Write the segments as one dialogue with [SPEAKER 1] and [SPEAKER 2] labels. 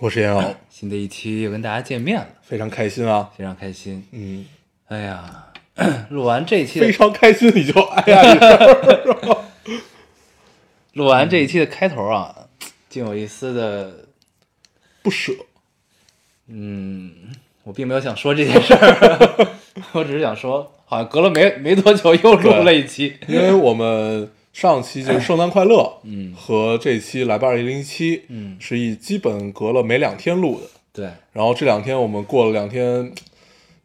[SPEAKER 1] 我是 严敖，
[SPEAKER 2] 新的一期又跟大家见面了，
[SPEAKER 1] 非常开心啊，
[SPEAKER 2] 非常开心。
[SPEAKER 1] 嗯，
[SPEAKER 2] 哎呀， 录完这一期的
[SPEAKER 1] 非常开心，你就哎呀一 声，
[SPEAKER 2] 录完这一期的开头啊，竟有一丝的，
[SPEAKER 1] 不舍，
[SPEAKER 2] 嗯，我并没有想说这件事儿， 我只是想说，好像隔了没没多久又录了一期，
[SPEAKER 1] 因为我们上期就是圣诞 快乐，嗯，和这期来吧二零零七，
[SPEAKER 2] 嗯
[SPEAKER 1] 是一基本隔了每两天录的，
[SPEAKER 2] 对，
[SPEAKER 1] 然后这两天我们过了两天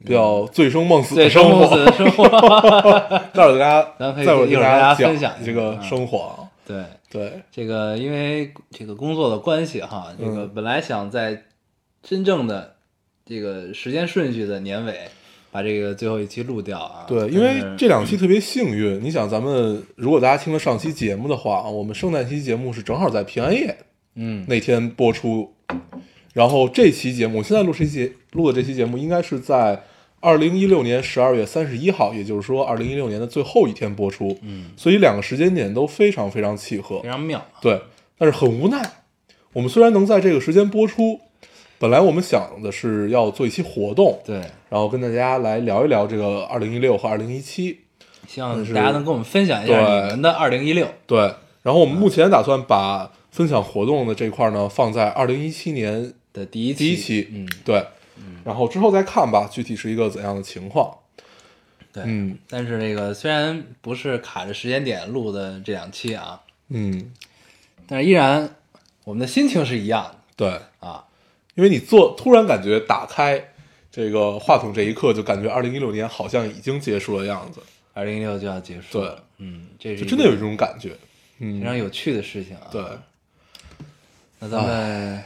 [SPEAKER 1] 比较醉生梦死
[SPEAKER 2] 嗯醉
[SPEAKER 1] 的
[SPEAKER 2] 生
[SPEAKER 1] 生
[SPEAKER 2] 梦死
[SPEAKER 1] 活，
[SPEAKER 2] 的生 活，
[SPEAKER 1] 待会儿给大家，
[SPEAKER 2] 咱可以
[SPEAKER 1] 待会儿
[SPEAKER 2] 一
[SPEAKER 1] 给
[SPEAKER 2] 会儿
[SPEAKER 1] 大
[SPEAKER 2] 跟大家
[SPEAKER 1] 讲
[SPEAKER 2] 分享一下
[SPEAKER 1] 这
[SPEAKER 2] 啊
[SPEAKER 1] 个生活啊，
[SPEAKER 2] 对。
[SPEAKER 1] 对，
[SPEAKER 2] 这个因为这个工作的关系哈，这
[SPEAKER 1] 嗯
[SPEAKER 2] 个本来想在真正的这个时间顺序的年尾把这个最后一期录掉啊。
[SPEAKER 1] 对，
[SPEAKER 2] 但
[SPEAKER 1] 因为
[SPEAKER 2] 是
[SPEAKER 1] 这两期特别幸运，你想咱们如果大家听了上期节目的话，啊我们圣诞期节目是正好在平安夜
[SPEAKER 2] 嗯
[SPEAKER 1] 那天播出。然后这期节目，我现在录这期节录的这期节目应该是在二零一六年十二月三十一号，也就是说二零一六年的最后一天播出。
[SPEAKER 2] 嗯，
[SPEAKER 1] 所以两个时间点都非常非常契合
[SPEAKER 2] 非。常妙啊，
[SPEAKER 1] 对，但是很无奈，我们虽然能在这个时间播出，本来我们想的是要做一期活动，
[SPEAKER 2] 对，
[SPEAKER 1] 然后跟大家来聊一聊这个二零一六和二零一七。
[SPEAKER 2] 希望
[SPEAKER 1] 但是
[SPEAKER 2] 大家能跟我们分享一下
[SPEAKER 1] 对
[SPEAKER 2] 你们的二零一六。
[SPEAKER 1] 对，然后我们目前打算把分享活动的这块呢放在二零一七年
[SPEAKER 2] 的第一期，
[SPEAKER 1] 第一期，
[SPEAKER 2] 嗯，
[SPEAKER 1] 对，然后之后再看吧，具体是一个怎样的情况。
[SPEAKER 2] 对，
[SPEAKER 1] 嗯
[SPEAKER 2] 但是这个虽然不是卡着时间点录的这两期啊，
[SPEAKER 1] 嗯，
[SPEAKER 2] 但是依然我们的心情是一样的
[SPEAKER 1] 对，
[SPEAKER 2] 啊，
[SPEAKER 1] 因为你做突然感觉打开这个话筒这一刻，就感觉二零一六年好像已经结束了样子，
[SPEAKER 2] 二零一六就要结束了，
[SPEAKER 1] 对
[SPEAKER 2] 嗯，这是
[SPEAKER 1] 就
[SPEAKER 2] 一
[SPEAKER 1] 真的
[SPEAKER 2] 个
[SPEAKER 1] 有这种感觉。
[SPEAKER 2] 非
[SPEAKER 1] 嗯，
[SPEAKER 2] 常有趣的事情啊。
[SPEAKER 1] 对，，
[SPEAKER 2] 那咱们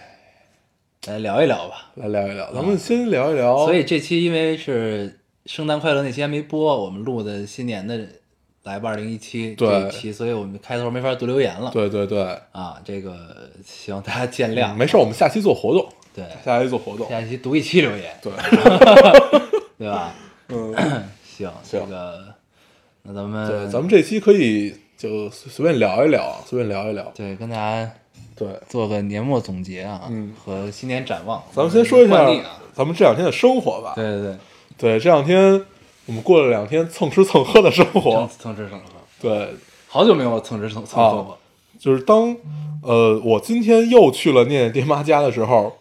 [SPEAKER 2] 来聊一聊吧。
[SPEAKER 1] 来聊一聊，咱们先聊一聊，
[SPEAKER 2] 嗯所以这期因为是圣诞快乐那期还没播，我们录的新年的来吧二零一七这一
[SPEAKER 1] 对
[SPEAKER 2] 期，所以我们开头没法读留言了。
[SPEAKER 1] 对对对，
[SPEAKER 2] 啊，这个希望大家见谅。
[SPEAKER 1] 没事，我们下期做活动，
[SPEAKER 2] 对，
[SPEAKER 1] 下期做活动，
[SPEAKER 2] 下一期读一期留言，
[SPEAKER 1] 对，
[SPEAKER 2] 对吧？
[SPEAKER 1] 嗯，
[SPEAKER 2] 行，
[SPEAKER 1] 行
[SPEAKER 2] 这个那咱们
[SPEAKER 1] 对，咱们这期可以就随随便聊一聊啊，随便聊一聊，
[SPEAKER 2] 对跟大家
[SPEAKER 1] 对。
[SPEAKER 2] 做个年末总结啊，
[SPEAKER 1] 嗯
[SPEAKER 2] 和新年展望。
[SPEAKER 1] 咱们先说一下
[SPEAKER 2] 惯例啊，
[SPEAKER 1] 咱们这两天的生活吧。
[SPEAKER 2] 对对对，
[SPEAKER 1] 对，这两天我们过了两天蹭吃蹭喝的生
[SPEAKER 2] 蹭
[SPEAKER 1] 活。
[SPEAKER 2] 蹭吃蹭喝，
[SPEAKER 1] 对，
[SPEAKER 2] 好久没有蹭吃蹭蹭喝
[SPEAKER 1] 哦
[SPEAKER 2] 过。
[SPEAKER 1] 就是当呃我今天又去了念念爹妈家的时候，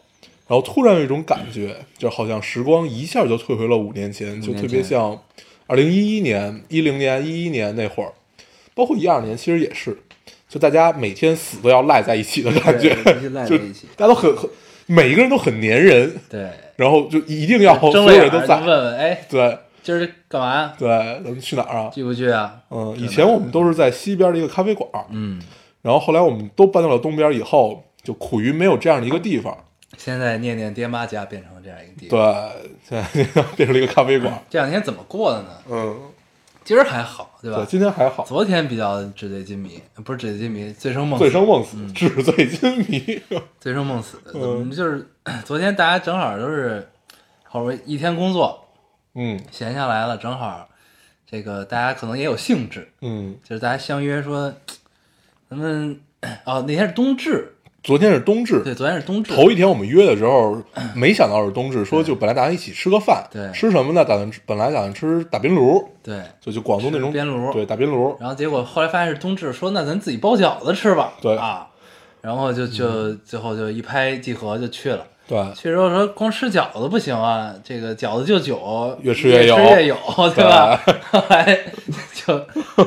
[SPEAKER 1] 然后突然有一种感觉，就好像时光一下就退回了五年前，就
[SPEAKER 2] 年
[SPEAKER 1] 特别
[SPEAKER 2] 前
[SPEAKER 1] 像二零一一年、一零年、一一年那会儿，包括一二年，其实也是，就大家每天死都要赖在一起的感觉
[SPEAKER 2] 对必须赖，在
[SPEAKER 1] 就
[SPEAKER 2] 一起
[SPEAKER 1] 大家都很很每一个人都很粘人，
[SPEAKER 2] 对，
[SPEAKER 1] 然后就一定哦要所
[SPEAKER 2] 睁
[SPEAKER 1] 有
[SPEAKER 2] 了眼
[SPEAKER 1] 人都
[SPEAKER 2] 儿就问
[SPEAKER 1] 在。
[SPEAKER 2] 问，哎，
[SPEAKER 1] 对
[SPEAKER 2] 今儿干嘛呀？
[SPEAKER 1] 对，咱们去哪儿啊？
[SPEAKER 2] 聚不聚啊？
[SPEAKER 1] 嗯，以前我们都是在西边的一个咖啡馆，
[SPEAKER 2] 嗯，
[SPEAKER 1] 然后后来我们都搬到了东边以后，就苦于没有这样的一个地方。
[SPEAKER 2] 现在念念爹妈家变成这样一个地方，
[SPEAKER 1] 对，现在变成了一个咖啡馆。
[SPEAKER 2] 这两天怎么过的呢？
[SPEAKER 1] 嗯，
[SPEAKER 2] 今儿还好，对吧
[SPEAKER 1] 对，？今天还好，
[SPEAKER 2] 昨天比较纸醉金迷，不是纸醉金迷，醉生梦死嗯
[SPEAKER 1] 醉生梦死，纸醉金迷。
[SPEAKER 2] 醉生梦死。
[SPEAKER 1] 嗯
[SPEAKER 2] 我们就是 昨天大家正好都是，好不容易一天工作
[SPEAKER 1] 嗯
[SPEAKER 2] 闲下来了，正好这个大家可能也有兴致，
[SPEAKER 1] 嗯，
[SPEAKER 2] 就是大家相约说，咱们哦那天是冬至，
[SPEAKER 1] 昨天是冬至，
[SPEAKER 2] 对，昨天是冬至，
[SPEAKER 1] 头一天我们约的时候，没想到是冬至，说就本来打算一起吃个饭，
[SPEAKER 2] 对
[SPEAKER 1] 吃什么呢？打算吃本来打算吃打冰炉，
[SPEAKER 2] 对，
[SPEAKER 1] 就就广东那种
[SPEAKER 2] 吃边炉嗯
[SPEAKER 1] 对，打冰炉。
[SPEAKER 2] 然后结果后来发现是冬至，说那咱自己包饺子吃吧。
[SPEAKER 1] 对嗯
[SPEAKER 2] 啊，然后就就最后就一拍即合就去了。
[SPEAKER 1] 对，
[SPEAKER 2] 去之后说光吃饺子不行啊，这个饺子就酒，
[SPEAKER 1] 越吃
[SPEAKER 2] 越
[SPEAKER 1] 越有
[SPEAKER 2] 吃 有，对吧？ 后来就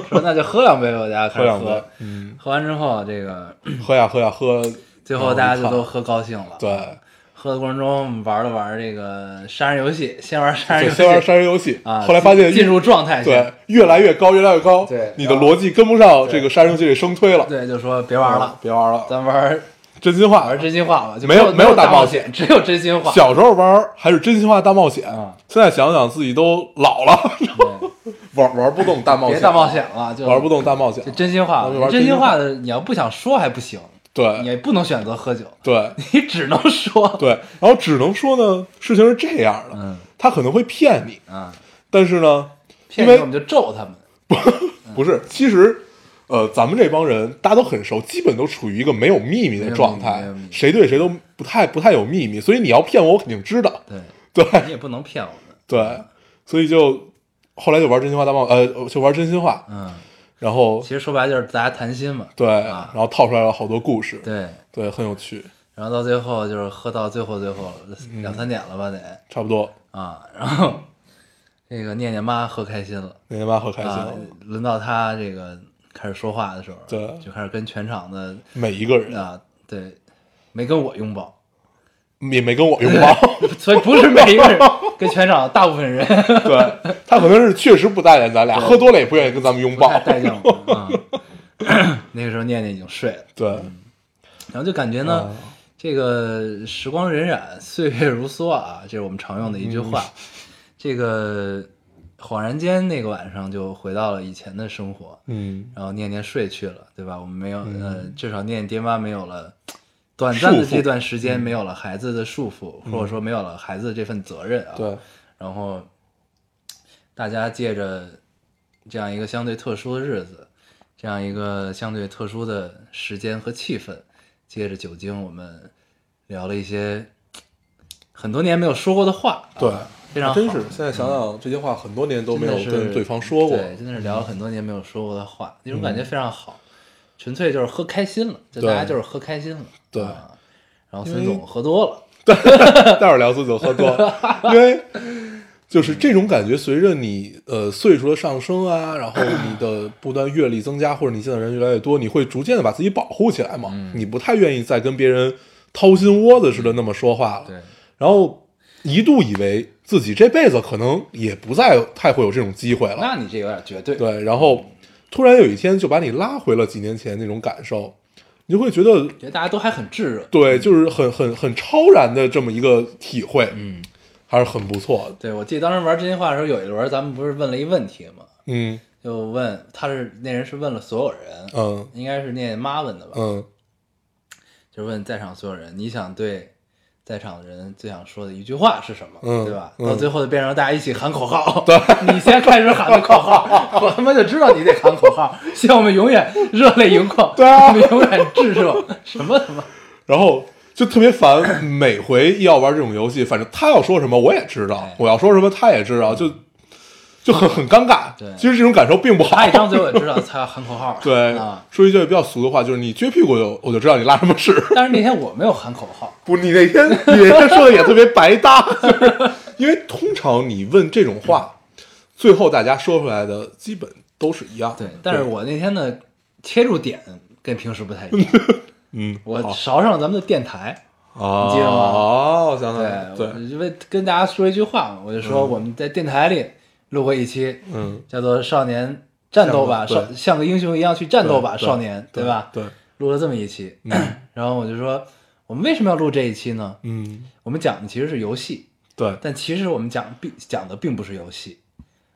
[SPEAKER 2] 说那就喝两杯吧，大家开
[SPEAKER 1] 喝
[SPEAKER 2] 始
[SPEAKER 1] 两
[SPEAKER 2] 喝
[SPEAKER 1] 杯。，嗯，
[SPEAKER 2] 喝完之后，这个
[SPEAKER 1] 喝呀喝呀喝，
[SPEAKER 2] 最后大家就
[SPEAKER 1] 然后
[SPEAKER 2] 都
[SPEAKER 1] 一
[SPEAKER 2] 喝高兴了。嗯
[SPEAKER 1] 看
[SPEAKER 2] 喝的过程中我们玩了玩这个杀人游戏，先玩杀人
[SPEAKER 1] 对，
[SPEAKER 2] 游戏，
[SPEAKER 1] 就先玩杀人游戏，
[SPEAKER 2] 啊，
[SPEAKER 1] 后来发现
[SPEAKER 2] 进入状态先
[SPEAKER 1] 对，越来越高，越来越高。
[SPEAKER 2] 对
[SPEAKER 1] 你的
[SPEAKER 2] 然后
[SPEAKER 1] 逻辑跟不上这个杀人游戏的生推了。
[SPEAKER 2] 对，就说别玩了，
[SPEAKER 1] 别玩了。
[SPEAKER 2] 咱玩
[SPEAKER 1] 真心话
[SPEAKER 2] 玩真心话吧，就
[SPEAKER 1] 没有
[SPEAKER 2] 没
[SPEAKER 1] 没有大
[SPEAKER 2] 大
[SPEAKER 1] 冒
[SPEAKER 2] 险，只有真心话。
[SPEAKER 1] 小时候玩儿还是真心话大冒险
[SPEAKER 2] 啊，
[SPEAKER 1] 现在想想自己都老了，玩玩不动大冒
[SPEAKER 2] 别
[SPEAKER 1] 险，
[SPEAKER 2] 大冒险了，就
[SPEAKER 1] 玩不动大冒险
[SPEAKER 2] 就，真心话
[SPEAKER 1] 咱们玩，
[SPEAKER 2] 真
[SPEAKER 1] 真心
[SPEAKER 2] 话
[SPEAKER 1] 话
[SPEAKER 2] 的你要不想说还不行，你
[SPEAKER 1] 对
[SPEAKER 2] 也不能选择喝酒，
[SPEAKER 1] 对
[SPEAKER 2] 你只能说。
[SPEAKER 1] 对，然后只能说呢，事情是这样的，
[SPEAKER 2] 嗯
[SPEAKER 1] 他可能会骗你，
[SPEAKER 2] 啊，
[SPEAKER 1] 但是呢，
[SPEAKER 2] 骗
[SPEAKER 1] 因
[SPEAKER 2] 你
[SPEAKER 1] 为
[SPEAKER 2] 我们就咒他们。
[SPEAKER 1] 嗯不是，其实。呃，咱们这帮人大家都很熟，基本都处于一个没有秘密
[SPEAKER 2] 没
[SPEAKER 1] 的
[SPEAKER 2] 有
[SPEAKER 1] 状
[SPEAKER 2] 秘密
[SPEAKER 1] 态
[SPEAKER 2] 没有秘密，
[SPEAKER 1] 谁对谁都不太不太有秘密，所以你要骗我，我肯定知道。
[SPEAKER 2] 对
[SPEAKER 1] 对，
[SPEAKER 2] 你也不能骗我们。
[SPEAKER 1] 对，所以就后来就玩真心话大冒，呃，就玩真心话，
[SPEAKER 2] 嗯，
[SPEAKER 1] 然后
[SPEAKER 2] 其实说白了就是大家谈心嘛。
[SPEAKER 1] 对，
[SPEAKER 2] 啊
[SPEAKER 1] 然后套出来了好多故事，
[SPEAKER 2] 对，
[SPEAKER 1] 对，很有趣，
[SPEAKER 2] 然后到最后就是喝到最后最后
[SPEAKER 1] 嗯
[SPEAKER 2] 两三点了吧得
[SPEAKER 1] 差不多。
[SPEAKER 2] 啊，然后 这个念念妈喝开心了
[SPEAKER 1] 那天妈可开心
[SPEAKER 2] 啊
[SPEAKER 1] 了，，
[SPEAKER 2] 轮到她这个开始说话的时候，
[SPEAKER 1] 对
[SPEAKER 2] 就开始跟全场的
[SPEAKER 1] 每一个人
[SPEAKER 2] 啊对，没跟我拥抱，
[SPEAKER 1] 也没跟我拥抱，
[SPEAKER 2] 所以不是每一个人，跟全场大部分人
[SPEAKER 1] 对他可能是确实不待见咱俩，喝多了也不愿意跟咱们拥
[SPEAKER 2] 不太
[SPEAKER 1] 抱，
[SPEAKER 2] 待见我们啊。那个时候念念已经睡了，
[SPEAKER 1] 对，
[SPEAKER 2] 然后就感觉
[SPEAKER 1] 啊
[SPEAKER 2] 呢，这个时光荏苒，岁月如梭啊，这是我们常用的一句
[SPEAKER 1] 嗯
[SPEAKER 2] 话。这个恍然间，那个晚上就回到了以前的生活，
[SPEAKER 1] 嗯，
[SPEAKER 2] 然后念念睡去了，对吧？我们没有，呃，至少念念爹妈没有了。短暂的
[SPEAKER 1] 束缚
[SPEAKER 2] 这段时间没有了孩子的束缚，或者说没有了孩子的这份责任啊，
[SPEAKER 1] 嗯对，
[SPEAKER 2] 然后大家借着这样一个相对特殊的日子，这样一个相对特殊的时间和气氛，借着酒精，我们聊了一些很多年没有说过的话，啊
[SPEAKER 1] 对，
[SPEAKER 2] 非常好嗯
[SPEAKER 1] 真是现在想想这些话，很多年都没有
[SPEAKER 2] 真的是
[SPEAKER 1] 跟对方说过，嗯
[SPEAKER 2] 对，真的是聊了很多年没有说过的话，那种感觉非常好，纯粹就是喝开心了，就
[SPEAKER 1] 对
[SPEAKER 2] 大家就是喝开心了，
[SPEAKER 1] 对
[SPEAKER 2] 啊然后
[SPEAKER 1] 因
[SPEAKER 2] 孙
[SPEAKER 1] 为
[SPEAKER 2] 总喝多了，
[SPEAKER 1] 待会儿聊自己喝多， 因为就是这种感觉，随着你呃岁数的上升啊，然后你 的不断阅历增加，或者你见的人越来越多，你会逐渐的把自己保护起来嘛，
[SPEAKER 2] 嗯
[SPEAKER 1] 你不太愿意再跟别人掏心窝子似的那么说话了。
[SPEAKER 2] 嗯对，
[SPEAKER 1] 然后一度以为自己这辈子可能也不再太会有这种机会了，
[SPEAKER 2] 那你这有点绝对，
[SPEAKER 1] 对，然后突然有一天就把你拉回了几年前那种感受，你就会觉得
[SPEAKER 2] 觉得大家都还很炙热，
[SPEAKER 1] 对，就是很很很超然的这么一个体会，嗯，还是很不错的，
[SPEAKER 2] 对，我记得当时玩真心话的时候，有一轮咱们不是问了一问题吗？
[SPEAKER 1] 嗯
[SPEAKER 2] 就问他是那人是问了所有人，
[SPEAKER 1] 嗯
[SPEAKER 2] 应该是念妈问的吧？
[SPEAKER 1] 嗯
[SPEAKER 2] 就是问在场所有人，你想对在场的人最想说的一句话是什么，
[SPEAKER 1] 嗯
[SPEAKER 2] 对吧？
[SPEAKER 1] 嗯
[SPEAKER 2] 到最后就变成大家一起喊口 号，对， 你先开始喊的口号，我他妈就知道你得喊口号，希望我们永远热泪盈眶，
[SPEAKER 1] 对啊
[SPEAKER 2] 我们永远炙热，什么 他妈，
[SPEAKER 1] 然后就特别烦，每回一要玩这种游戏，反正他要说什么我也知道
[SPEAKER 2] 哎，
[SPEAKER 1] 我要说什么他也知道，就就很很尴尬。
[SPEAKER 2] 对
[SPEAKER 1] 其实这种感受并不好
[SPEAKER 2] 他。一张嘴我就知道他要喊口号，
[SPEAKER 1] 对
[SPEAKER 2] 啊，，
[SPEAKER 1] 说一句比较俗的话，就是你撅屁股我就我就知道你拉什么屎。
[SPEAKER 2] 但是那天我没有喊口号，
[SPEAKER 1] 不，你那天你那天说的也特别白搭，就是因为通常你问这种话，最后大家说出来的基本都是一样的。
[SPEAKER 2] 对，但是我那天的切入点跟平时不太一 样，
[SPEAKER 1] 嗯，
[SPEAKER 2] 我
[SPEAKER 1] 好
[SPEAKER 2] 勺上咱们的电台，
[SPEAKER 1] 哦，
[SPEAKER 2] 你记得吗
[SPEAKER 1] 哦，我想起来了，
[SPEAKER 2] 对，
[SPEAKER 1] 对
[SPEAKER 2] 我，就为跟大家说一句话嘛，我就说我们在电台里录过一期
[SPEAKER 1] 嗯，
[SPEAKER 2] 叫做《少年战斗吧，
[SPEAKER 1] 像个
[SPEAKER 2] 少
[SPEAKER 1] 对
[SPEAKER 2] 像个英雄一样去战斗吧，
[SPEAKER 1] 对
[SPEAKER 2] 少年》，
[SPEAKER 1] 对嗯
[SPEAKER 2] 吧？
[SPEAKER 1] 对，
[SPEAKER 2] 录了这么一期， 然后我就说我们为什么要录这一期呢？
[SPEAKER 1] 嗯，
[SPEAKER 2] 我们讲的其实是游戏，
[SPEAKER 1] 对
[SPEAKER 2] 但其实我们讲并讲的并不是游戏，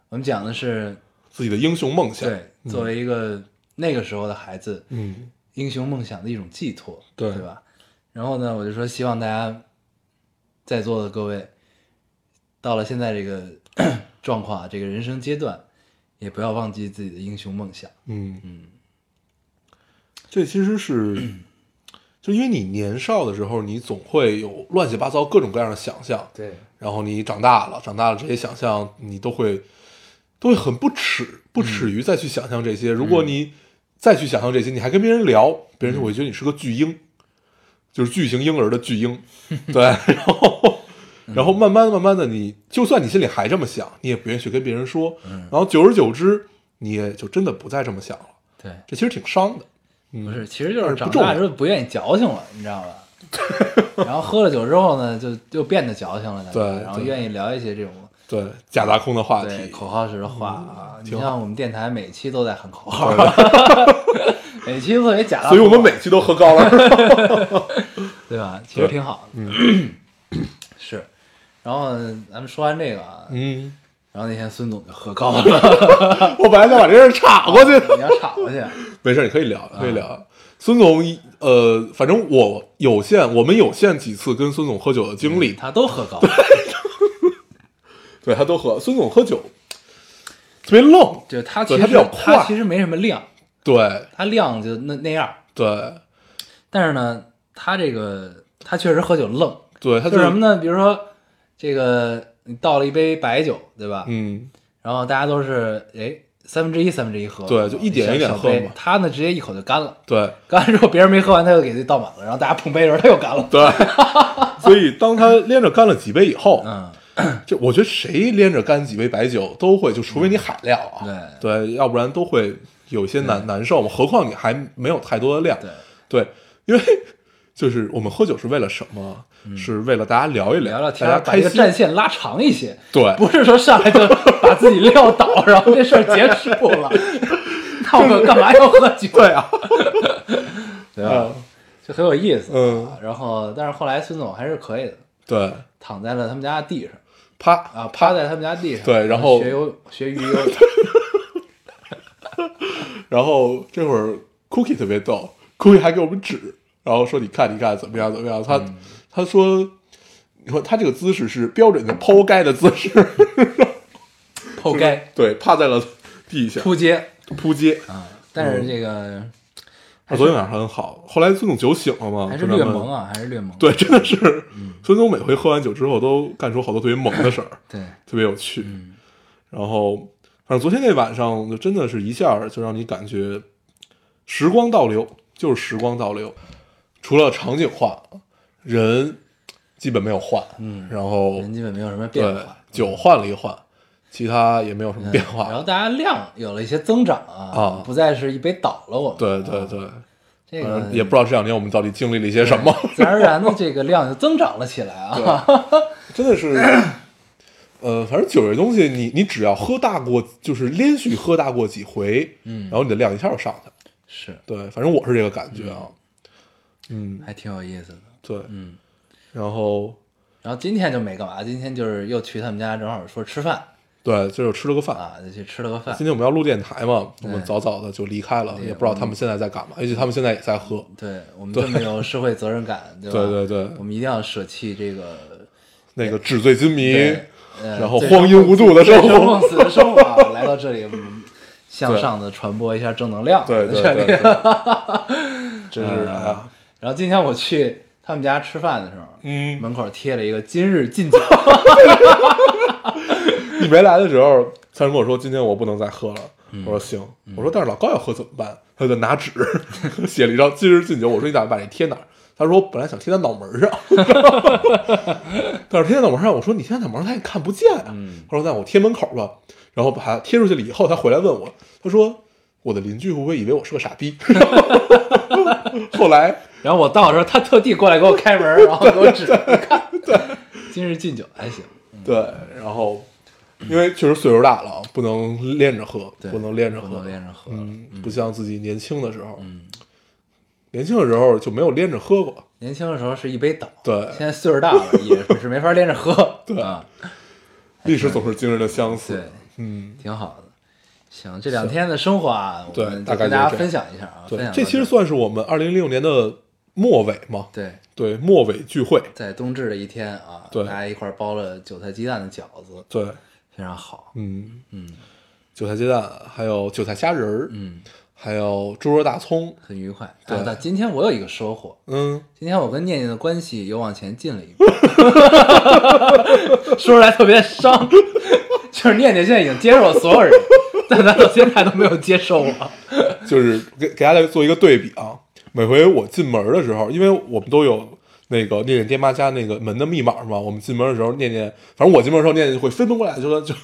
[SPEAKER 2] 我们讲的是
[SPEAKER 1] 自己的英雄梦想，
[SPEAKER 2] 对作为一个那个时候的孩子，
[SPEAKER 1] 嗯，
[SPEAKER 2] 英雄梦想的一种寄托，
[SPEAKER 1] 对
[SPEAKER 2] 吧？然后呢，我就说希望大家在座的各位，到了现在这个 状况啊，这个人生阶段，也不要忘记自己的英雄梦想。
[SPEAKER 1] 嗯嗯，这其实是， 就因为你年少的时候，你总会有乱七八糟各种各样的想象，
[SPEAKER 2] 对
[SPEAKER 1] 然后你长大了，长大了这些想象你都会都会很不耻不耻
[SPEAKER 2] 嗯
[SPEAKER 1] 于再去想象这些。如果你再去想象这些，你还跟别人聊，别人就会觉得你是个巨
[SPEAKER 2] 嗯
[SPEAKER 1] 婴，就是巨型婴儿的巨 婴。对，然后然后慢慢慢慢的你，就算你心里还这么想，你也不愿意去跟别人说。
[SPEAKER 2] 嗯
[SPEAKER 1] 然后久而久之，你也就真的不再这么想了。
[SPEAKER 2] 对，
[SPEAKER 1] 这其实挺伤的。
[SPEAKER 2] 不是，其实就是
[SPEAKER 1] 而
[SPEAKER 2] 长
[SPEAKER 1] 不重
[SPEAKER 2] 大
[SPEAKER 1] 要
[SPEAKER 2] 之后不愿意矫情了，你知道 吧？然后喝了酒之后呢，就就变得矫情了，大家
[SPEAKER 1] 对
[SPEAKER 2] 然后
[SPEAKER 1] 对
[SPEAKER 2] 愿意聊一些这种
[SPEAKER 1] 对，假大空的话
[SPEAKER 2] 对
[SPEAKER 1] 题，嗯
[SPEAKER 2] 口号式的话啊。你
[SPEAKER 1] 挺好
[SPEAKER 2] 像我们电台每期都在 喊口号，每期都特别假大
[SPEAKER 1] 所以我
[SPEAKER 2] 空
[SPEAKER 1] 们每期都喝高了。
[SPEAKER 2] 对吧？其实挺好的，
[SPEAKER 1] 嗯
[SPEAKER 2] 是。然后咱们说完这个啊，
[SPEAKER 1] 嗯，
[SPEAKER 2] 然后那天孙总就喝高了，
[SPEAKER 1] 我本来想把这事儿岔过去的，
[SPEAKER 2] 你要吵过去，
[SPEAKER 1] 没事，你可以聊，
[SPEAKER 2] 啊
[SPEAKER 1] 可以聊。孙总，呃，反正我有限，我们有限几次跟孙总喝酒的经历，
[SPEAKER 2] 他都喝高了，
[SPEAKER 1] 对他都喝。孙总喝酒特别愣，
[SPEAKER 2] 就他其实
[SPEAKER 1] 对他比较快
[SPEAKER 2] 他其实没什么量，
[SPEAKER 1] 对
[SPEAKER 2] 他量就那那样，
[SPEAKER 1] 对
[SPEAKER 2] 但是呢，他这个他确实喝酒愣，
[SPEAKER 1] 对，他
[SPEAKER 2] 就是什么？呢？比如说这个你倒了一杯白酒，对吧？
[SPEAKER 1] 嗯，
[SPEAKER 2] 然后大家都是哎三分之一三分之一喝，
[SPEAKER 1] 对就一点一点喝嘛
[SPEAKER 2] 小杯他呢直接一口就干了，
[SPEAKER 1] 对
[SPEAKER 2] 干了之后别人没喝完，他又给自己倒满了，然后大家碰杯的时候他又干了。
[SPEAKER 1] 对。所以当他连着干了几杯以后，
[SPEAKER 2] 嗯，
[SPEAKER 1] 这我觉得谁连着干几杯白酒都会，就除非你海量啊，
[SPEAKER 2] 嗯
[SPEAKER 1] 对，要不然都会有些难难受嘛。何况你还没有太多的量，
[SPEAKER 2] 对，
[SPEAKER 1] 对，因为就是我们喝酒是为了什么？是为了大家聊一
[SPEAKER 2] 嗯聊聊天
[SPEAKER 1] 大家
[SPEAKER 2] 儿，把
[SPEAKER 1] 开
[SPEAKER 2] 这个
[SPEAKER 1] 心。
[SPEAKER 2] 战线拉长一些，
[SPEAKER 1] 对
[SPEAKER 2] 不是说上来就把自己撂倒，然后这事儿结束了。 那我们干嘛要喝酒？
[SPEAKER 1] 对啊，
[SPEAKER 2] 对吧？就很有意思。
[SPEAKER 1] 嗯，
[SPEAKER 2] 啊然后，但是后来孙总还是可以的，
[SPEAKER 1] 对，
[SPEAKER 2] 躺在了他们家地上
[SPEAKER 1] 啪，
[SPEAKER 2] 啊，趴在他们家地上，
[SPEAKER 1] 对然后
[SPEAKER 2] 学游学鱼 游，
[SPEAKER 1] 然后这会儿 Cookie 特别逗，Cookie 还给我们指，然后说你看你看怎么样怎么样，他、
[SPEAKER 2] 嗯
[SPEAKER 1] 他说。你说他这个姿势是标准的抛开的姿势，
[SPEAKER 2] 后盖
[SPEAKER 1] 对，趴在了地下
[SPEAKER 2] 扑街
[SPEAKER 1] 扑街。
[SPEAKER 2] 啊。但是这个
[SPEAKER 1] 他昨天晚上很好，后来孙总酒醒了嘛，
[SPEAKER 2] 还是
[SPEAKER 1] 跟
[SPEAKER 2] 略嗯
[SPEAKER 1] 咱们
[SPEAKER 2] 萌啊，还是略萌。
[SPEAKER 1] 嗯对，真的是孙总每回喝完酒之后都干出好多特别猛的事儿，
[SPEAKER 2] 对，
[SPEAKER 1] 特别有趣。然后，反正昨天那晚上就真的是一下儿就让你感觉时光倒流，就是时光倒流。除了场景化，人基本没有换，嗯，然后
[SPEAKER 2] 人基本没有什么变
[SPEAKER 1] 对
[SPEAKER 2] 化。
[SPEAKER 1] 酒换了一换，其他也没有什么
[SPEAKER 2] 嗯
[SPEAKER 1] 变化。
[SPEAKER 2] 然后大家量有了一些增长啊
[SPEAKER 1] 啊，
[SPEAKER 2] 不再是一杯倒了我们。
[SPEAKER 1] 对
[SPEAKER 2] 啊
[SPEAKER 1] 对对，
[SPEAKER 2] 这
[SPEAKER 1] 反
[SPEAKER 2] 个嗯
[SPEAKER 1] 正也不知道这两年我们到底经历了一些什么。
[SPEAKER 2] 自然而然的这个量就增长了起来啊。
[SPEAKER 1] 真的是，呃，反正酒这东西你，你只要喝大过，就是连续喝大过几回，嗯，然后你的量一下就上去了。
[SPEAKER 2] 是，
[SPEAKER 1] 对，反正我是这个感觉啊。嗯，
[SPEAKER 2] 还挺有意思的。
[SPEAKER 1] 对，
[SPEAKER 2] 嗯，
[SPEAKER 1] 然后
[SPEAKER 2] 然后今天就没干嘛，今天就是又去他们家，正好说吃饭
[SPEAKER 1] 对，这就吃了个饭。
[SPEAKER 2] 啊，就去吃了个饭
[SPEAKER 1] 今。天我们要录电台嘛，我
[SPEAKER 2] 对
[SPEAKER 1] 们早早的就离开了，嗯
[SPEAKER 2] 对
[SPEAKER 1] 也不知道他们现在在干嘛，也许他们现在也在喝。
[SPEAKER 2] 对我们这么有社会责任感，对吧？
[SPEAKER 1] 对对对
[SPEAKER 2] 我们一定要舍弃这个，
[SPEAKER 1] 那个纸醉金迷，
[SPEAKER 2] 对呃、
[SPEAKER 1] 然后
[SPEAKER 2] 醉
[SPEAKER 1] 荒淫无度的
[SPEAKER 2] 醉
[SPEAKER 1] 生
[SPEAKER 2] 生
[SPEAKER 1] 活
[SPEAKER 2] 梦，死的生活啊，来到这里，我们向上的传播一下正能量。
[SPEAKER 1] 对对
[SPEAKER 2] 在
[SPEAKER 1] 对，
[SPEAKER 2] 这里
[SPEAKER 1] 对 真是哎呀，
[SPEAKER 2] 然后今天我去他们家吃饭的时候，
[SPEAKER 1] 嗯，
[SPEAKER 2] 门口贴了一个“今日禁酒
[SPEAKER 1] 你没来的时候，三人跟我说今天我不能再喝了。
[SPEAKER 2] 嗯
[SPEAKER 1] 我说行，我说但是老高要喝怎么办？他就拿纸写了一张“今日禁酒”。我说你打算把这贴哪儿？他说我本来想贴在脑门上， 但是贴在脑门上，我说你贴在脑门上他也看不见啊。
[SPEAKER 2] 嗯
[SPEAKER 1] 他说那我贴门口吧，然后把它贴出去了以后，他回来问我，他说我的邻居会不会以为我是个傻逼？ 后来”。
[SPEAKER 2] 然后我到的时候，他特地过来给我开门，然后给我指，你看，今日禁酒还行。
[SPEAKER 1] 对，然后因为确实岁数大了，啊不能连着喝，
[SPEAKER 2] 对
[SPEAKER 1] 不能连着喝，
[SPEAKER 2] 不能连着喝
[SPEAKER 1] 嗯，不像自己年轻的时候，年轻的时候就没有连着喝过，
[SPEAKER 2] 年轻的时候是一杯倒，
[SPEAKER 1] 对
[SPEAKER 2] 现在岁数大了也是没法连着喝，
[SPEAKER 1] 对
[SPEAKER 2] 啊，
[SPEAKER 1] 历史总是惊人的相似，
[SPEAKER 2] 对，
[SPEAKER 1] 嗯，
[SPEAKER 2] 挺好的。行，这两天的生活啊，我
[SPEAKER 1] 对
[SPEAKER 2] 们
[SPEAKER 1] 大
[SPEAKER 2] 就
[SPEAKER 1] 概
[SPEAKER 2] 跟
[SPEAKER 1] 就
[SPEAKER 2] 大家
[SPEAKER 1] 是这样
[SPEAKER 2] 分享一下啊，分
[SPEAKER 1] 对
[SPEAKER 2] 享，
[SPEAKER 1] 这
[SPEAKER 2] 到
[SPEAKER 1] 其实
[SPEAKER 2] 儿
[SPEAKER 1] 算是我们二零零六年的末尾嘛，
[SPEAKER 2] 对，
[SPEAKER 1] 对，末尾聚会，
[SPEAKER 2] 在冬至的一天啊，
[SPEAKER 1] 对
[SPEAKER 2] 大家一块儿包了韭菜鸡蛋的饺子，
[SPEAKER 1] 对，
[SPEAKER 2] 非常好。
[SPEAKER 1] 嗯
[SPEAKER 2] 嗯，
[SPEAKER 1] 韭菜鸡蛋，还有韭菜虾仁儿，
[SPEAKER 2] 嗯，
[SPEAKER 1] 还有猪肉大葱，
[SPEAKER 2] 很愉快。
[SPEAKER 1] 对
[SPEAKER 2] 啊，那今天我有一个收获，
[SPEAKER 1] 嗯，
[SPEAKER 2] 今天我跟念念的关系又往前进了一步， 说出来特别伤， 就是念念现在已经接受了所有人，但她到现在都没有接受我。
[SPEAKER 1] 就是给给大家做一个对比啊。每回我进门的时候，因为我们都有那个念念爹妈家那个门的密码嘛，我们进门的时候，念念，反正我进门的时候，念念就会飞奔过来，就说就，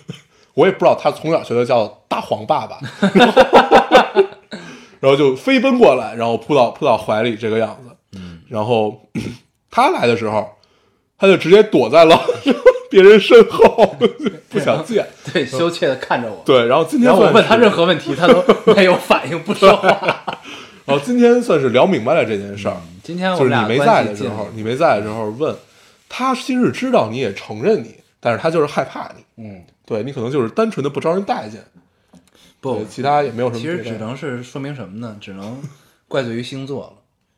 [SPEAKER 1] 我也不知道他从小学的叫大黄爸 爸，然后然后就飞奔过来，然后扑到扑到怀里这个样子。嗯，然后 他来的时候，他就直接躲在了 别人身后，不想见。
[SPEAKER 2] 对，羞怯的看着我。
[SPEAKER 1] 嗯对，然后今天
[SPEAKER 2] 然后我
[SPEAKER 1] 算
[SPEAKER 2] 问
[SPEAKER 1] 是
[SPEAKER 2] 他任何问题，他都没有反应，不说话。
[SPEAKER 1] 然后今天算是聊明白了这件事儿，
[SPEAKER 2] 今天我
[SPEAKER 1] 就
[SPEAKER 2] 们
[SPEAKER 1] 是你
[SPEAKER 2] 俩
[SPEAKER 1] 没在
[SPEAKER 2] 关系
[SPEAKER 1] 的时
[SPEAKER 2] 近
[SPEAKER 1] 候，
[SPEAKER 2] 了
[SPEAKER 1] 你没在的时候问他，其实知道你也承认你，但是他就是害怕你，
[SPEAKER 2] 嗯，
[SPEAKER 1] 对你可能就是单纯的不招人待见，
[SPEAKER 2] 不
[SPEAKER 1] 对，其他也没有什么
[SPEAKER 2] 其
[SPEAKER 1] 别的。
[SPEAKER 2] 实只能是说明什么呢？只 能怪罪于星座了，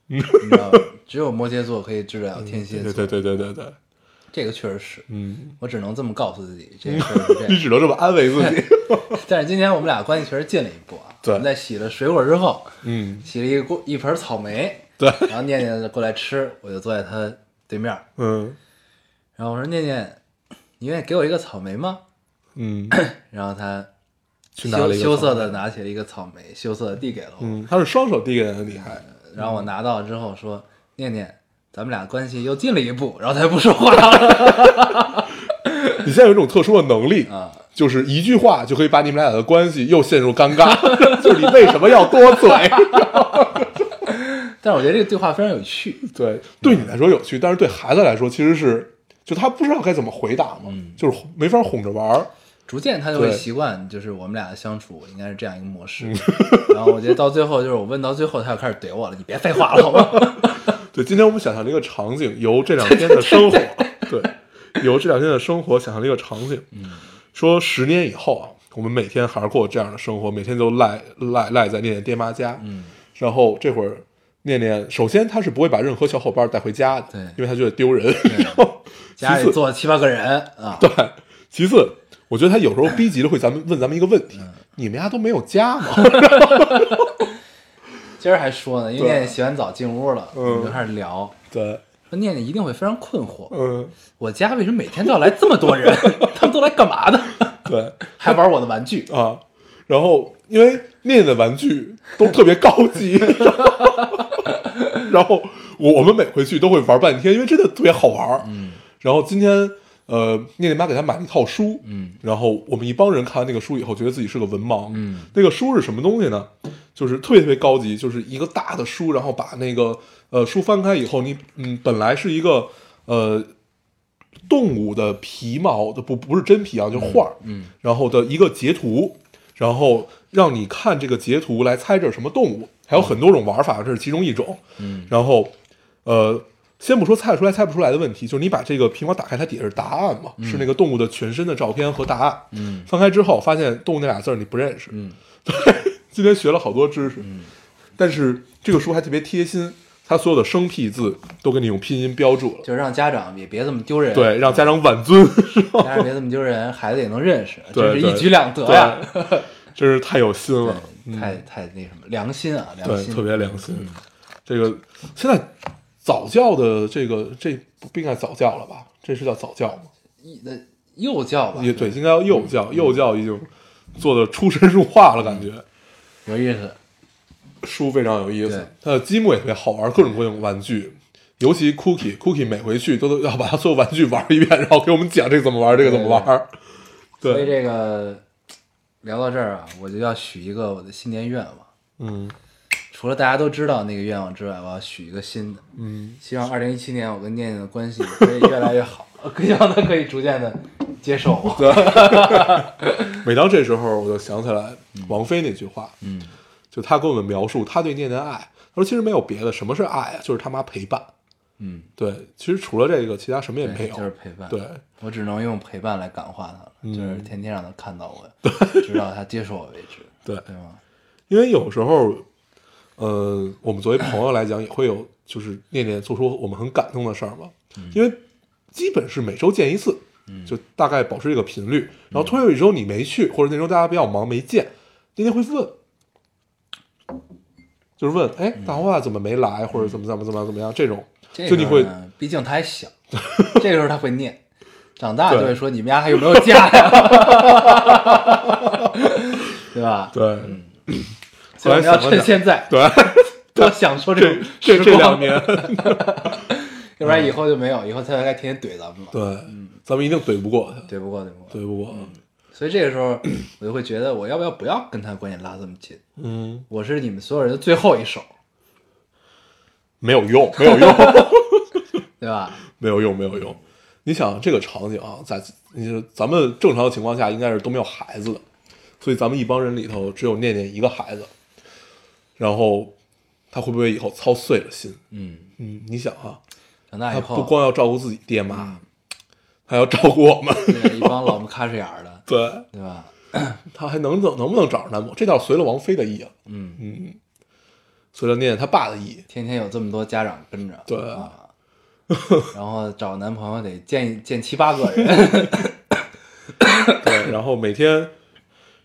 [SPEAKER 2] 你知道吗？只有摩羯座可以治疗天蝎座，
[SPEAKER 1] 嗯对对对对对对，
[SPEAKER 2] 这个确实是，
[SPEAKER 1] 嗯，
[SPEAKER 2] 我只能这么告诉自己，这个事儿是这
[SPEAKER 1] 你
[SPEAKER 2] 样。
[SPEAKER 1] 只能这么安慰自己。
[SPEAKER 2] 但是今天我们俩关系确实近了一步啊。
[SPEAKER 1] 对
[SPEAKER 2] 我们在洗了水果之后，
[SPEAKER 1] 嗯，
[SPEAKER 2] 洗了一锅一盆草莓，
[SPEAKER 1] 对，
[SPEAKER 2] 然后念念过来吃，我就坐在他对面儿，
[SPEAKER 1] 嗯
[SPEAKER 2] 然后我说念念，你愿意给我一个草莓吗？
[SPEAKER 1] 嗯，
[SPEAKER 2] 然后他
[SPEAKER 1] 去
[SPEAKER 2] 羞
[SPEAKER 1] 拿了一个
[SPEAKER 2] 羞涩
[SPEAKER 1] 草莓
[SPEAKER 2] 的拿起了一个草莓，羞涩的递给了我。
[SPEAKER 1] 嗯，他是双手递给的，你还
[SPEAKER 2] 然后我拿到之后说：“念念，咱们俩关系又近了一步。”然后他就不说话了。
[SPEAKER 1] 你现在有一种特殊的能力
[SPEAKER 2] 啊，
[SPEAKER 1] 就是一句话就可以把你们俩的关系又陷入尴尬， 就是你为什么要多嘴？
[SPEAKER 2] 但是我觉得这个对话非常有趣。
[SPEAKER 1] 对，对你来说有趣，但是对孩子来说其实是，就他不知道该怎么回答嘛，就是没法哄着玩儿。
[SPEAKER 2] 逐渐他就会
[SPEAKER 1] 对嗯
[SPEAKER 2] 习惯，就是我们俩的相处应该是这样一个模式。然后我觉得到最后，就是我问到最后，他就开始怼我了：“你别废话了，好吗
[SPEAKER 1] 对，今天我们想象了一个场景，由这两天的生活，对，嗯由这两天的生活想象了一个场景，说十年以后啊，我们每天还是过这样的生活，每天都赖赖赖在念念爹妈家，嗯，然后这会儿念念，首先他是不会把任何小伙伴带回家的，
[SPEAKER 2] 对
[SPEAKER 1] 因为他觉得丢人，然后？”
[SPEAKER 2] 家
[SPEAKER 1] 其
[SPEAKER 2] 里
[SPEAKER 1] 次
[SPEAKER 2] 坐了七八个人啊，
[SPEAKER 1] 对，其次，我觉得他有时候逼急了会咱们问咱们一个问题，你们家都没有家吗？
[SPEAKER 2] 今儿还说呢，因为
[SPEAKER 1] 对
[SPEAKER 2] 念念洗完澡进屋了，
[SPEAKER 1] 嗯
[SPEAKER 2] 我们就开始聊，
[SPEAKER 1] 对，
[SPEAKER 2] 说念念一定会非常困惑，
[SPEAKER 1] 嗯，
[SPEAKER 2] 我家为什么每天都要来这么多人？ 他们都来干嘛的？
[SPEAKER 1] 对。
[SPEAKER 2] 还玩我的玩具？
[SPEAKER 1] 啊，然后因为念念的玩具都特别高级， 然后我们每回去都会玩半天，因为真的特别好玩。嗯，然后今天呃，念念妈给她买了一套书，
[SPEAKER 2] 嗯，
[SPEAKER 1] 然后我们一帮人看完那个书以后，觉得自己是个文盲。
[SPEAKER 2] 嗯，
[SPEAKER 1] 那个书是什么东西呢？就是特别特别高级，就是一个大的书，然后把那个呃书翻开以后，你嗯本来是一个呃动物的皮毛的不不是真皮啊，就是画儿
[SPEAKER 2] 嗯
[SPEAKER 1] 然后的一个截图，然后让你看这个截图来猜这是什么动物，还有很多种玩法，这是其中一种。
[SPEAKER 2] 嗯，
[SPEAKER 1] 然后呃，先不说猜得出来猜不出来的问题，就是你把这个苹果打开，它底下是答案嘛，是那个动物的全身的照片和答案。
[SPEAKER 2] 嗯
[SPEAKER 1] 翻开之后发现动物那俩字儿你不认识，
[SPEAKER 2] 嗯，
[SPEAKER 1] 今天学了好多知识，但是这个书还特别贴心，它所有的生僻字都给你用拼音标注了，
[SPEAKER 2] 就是让家长也别这么丢人，，
[SPEAKER 1] 对，让家长挽尊，
[SPEAKER 2] 家长别这么丢人，孩子也能认识，真
[SPEAKER 1] 对
[SPEAKER 2] 是一
[SPEAKER 1] 对
[SPEAKER 2] 举两得呀，
[SPEAKER 1] 对 真是太有心了，
[SPEAKER 2] 啊
[SPEAKER 1] 嗯
[SPEAKER 2] 对太太那什么，良心啊，良
[SPEAKER 1] 对，
[SPEAKER 2] 心，嗯
[SPEAKER 1] 特别良心。这个现在早教的这个这不应该早教了吧？这是叫早教吗？
[SPEAKER 2] 一那幼教吧，
[SPEAKER 1] 也对，应该叫幼教，
[SPEAKER 2] 嗯
[SPEAKER 1] 幼教已经做的出神入化了，感觉。
[SPEAKER 2] 有意思，
[SPEAKER 1] 书非常有意
[SPEAKER 2] 对
[SPEAKER 1] 思，它的积木也特别好玩，各种各样的玩具，尤其 Cookie Cookie 每回去都都要把它所有玩具玩一遍，然后给我们讲这个怎么玩，这个怎么玩。
[SPEAKER 2] 所以
[SPEAKER 1] 对，
[SPEAKER 2] 这个聊到这儿啊，我就要许一个我的新年愿望，
[SPEAKER 1] 嗯
[SPEAKER 2] 除了大家都知道那个愿望之外，我要许一个新的，
[SPEAKER 1] 嗯，
[SPEAKER 2] 希望二零一七年我跟念念的关系可以越来越好， 希望他可以逐渐的接受我，
[SPEAKER 1] 每当这时候，我就想起来王菲那句话，
[SPEAKER 2] 嗯，
[SPEAKER 1] 就她跟我们描述她对念念的爱，她说其实没有别的，什么是爱啊？就是他妈陪伴。
[SPEAKER 2] 嗯，
[SPEAKER 1] 对，其实除了这个，其他什么也
[SPEAKER 2] 对
[SPEAKER 1] 没有。
[SPEAKER 2] 就是陪伴，
[SPEAKER 1] 对，
[SPEAKER 2] 我只能用陪伴来感化他了，
[SPEAKER 1] 嗯
[SPEAKER 2] 就是天天让他看到我，直到他接受我为止，
[SPEAKER 1] 对
[SPEAKER 2] 对吗？
[SPEAKER 1] 因为有时候，呃，我们作为朋友来讲，也会有就是念念做出我们很感动的事儿嘛。
[SPEAKER 2] 嗯
[SPEAKER 1] 因为基本是每周见一次，就大概保持这个频率。
[SPEAKER 2] 嗯
[SPEAKER 1] 然后突然有一周你没去，或者那周大家比较忙没见，念念会问，就是问，哎，大花怎么没来，或者怎么怎么怎么怎么样这种，
[SPEAKER 2] 嗯这
[SPEAKER 1] 就你会
[SPEAKER 2] 时候呢，毕竟他还 小，这时候他会念，长大
[SPEAKER 1] 对
[SPEAKER 2] 就会说你们家还有没有家呀？ 对吧？
[SPEAKER 1] 对
[SPEAKER 2] 嗯所以我们要
[SPEAKER 1] 后
[SPEAKER 2] 趁
[SPEAKER 1] 来想了想
[SPEAKER 2] 现在
[SPEAKER 1] 对，
[SPEAKER 2] 多享受
[SPEAKER 1] 这
[SPEAKER 2] 种
[SPEAKER 1] 这
[SPEAKER 2] 时
[SPEAKER 1] 这
[SPEAKER 2] 光，
[SPEAKER 1] 两年， 嗯
[SPEAKER 2] 要不然以后就没有，以后他该天天怼咱们了，
[SPEAKER 1] 对，咱们一定怼不过他，
[SPEAKER 2] 怼不过，怼不过。
[SPEAKER 1] 怼不过，
[SPEAKER 2] 所以这个时候，我就会觉得我要不要不要跟他关系拉这么近？
[SPEAKER 1] 嗯。
[SPEAKER 2] 我是你们所有人的最后一手，
[SPEAKER 1] 没有用，没有用，
[SPEAKER 2] 对吧？
[SPEAKER 1] 没有用，没有用。你想这个场景啊，在你就咱们正常的情况下应该是都没有孩子的，所以咱们一帮人里头只有念念一个孩子，然后他会不会以后操碎了心？
[SPEAKER 2] 嗯，
[SPEAKER 1] 嗯，你想啊，
[SPEAKER 2] 长大
[SPEAKER 1] 他
[SPEAKER 2] 以后
[SPEAKER 1] 不光要照顾自己爹妈，还要照顾我 们，
[SPEAKER 2] 对一帮老不咔哧眼儿的，
[SPEAKER 1] 对
[SPEAKER 2] 对吧？
[SPEAKER 1] 他还能能能不能找着男朋友？这倒随了王菲的意了，
[SPEAKER 2] 嗯，
[SPEAKER 1] 嗯，随了念念他爸的意，
[SPEAKER 2] 天天有这么多家长跟着，
[SPEAKER 1] 对
[SPEAKER 2] 啊，然后找男朋友得见见七八个人，
[SPEAKER 1] 对，然后每天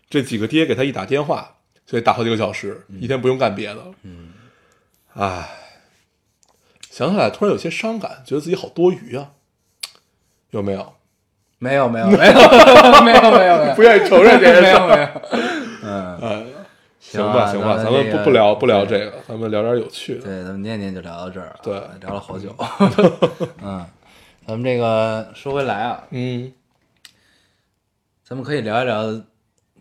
[SPEAKER 1] 这几个爹给他一打电话，所以打好几个小时，一天不用干别的。嗯，唉，想起来突然有些伤感，觉得自己好多余啊，有没有？
[SPEAKER 2] 没有没有没有没有没有，没有
[SPEAKER 1] 不愿意承认这
[SPEAKER 2] 没
[SPEAKER 1] 件事
[SPEAKER 2] 有
[SPEAKER 1] 儿。
[SPEAKER 2] 没有，嗯，
[SPEAKER 1] 哎， 行
[SPEAKER 2] 行啊
[SPEAKER 1] 吧，行吧，
[SPEAKER 2] 咱们
[SPEAKER 1] 咱们
[SPEAKER 2] 这
[SPEAKER 1] 不
[SPEAKER 2] 个
[SPEAKER 1] 不聊不聊这个，咱们聊点有趣的。
[SPEAKER 2] 对，咱们念念就聊到这儿啊，
[SPEAKER 1] 对
[SPEAKER 2] 聊了好 久，嗯，咱们这个说回来啊，
[SPEAKER 1] 嗯，
[SPEAKER 2] 咱们可以聊一聊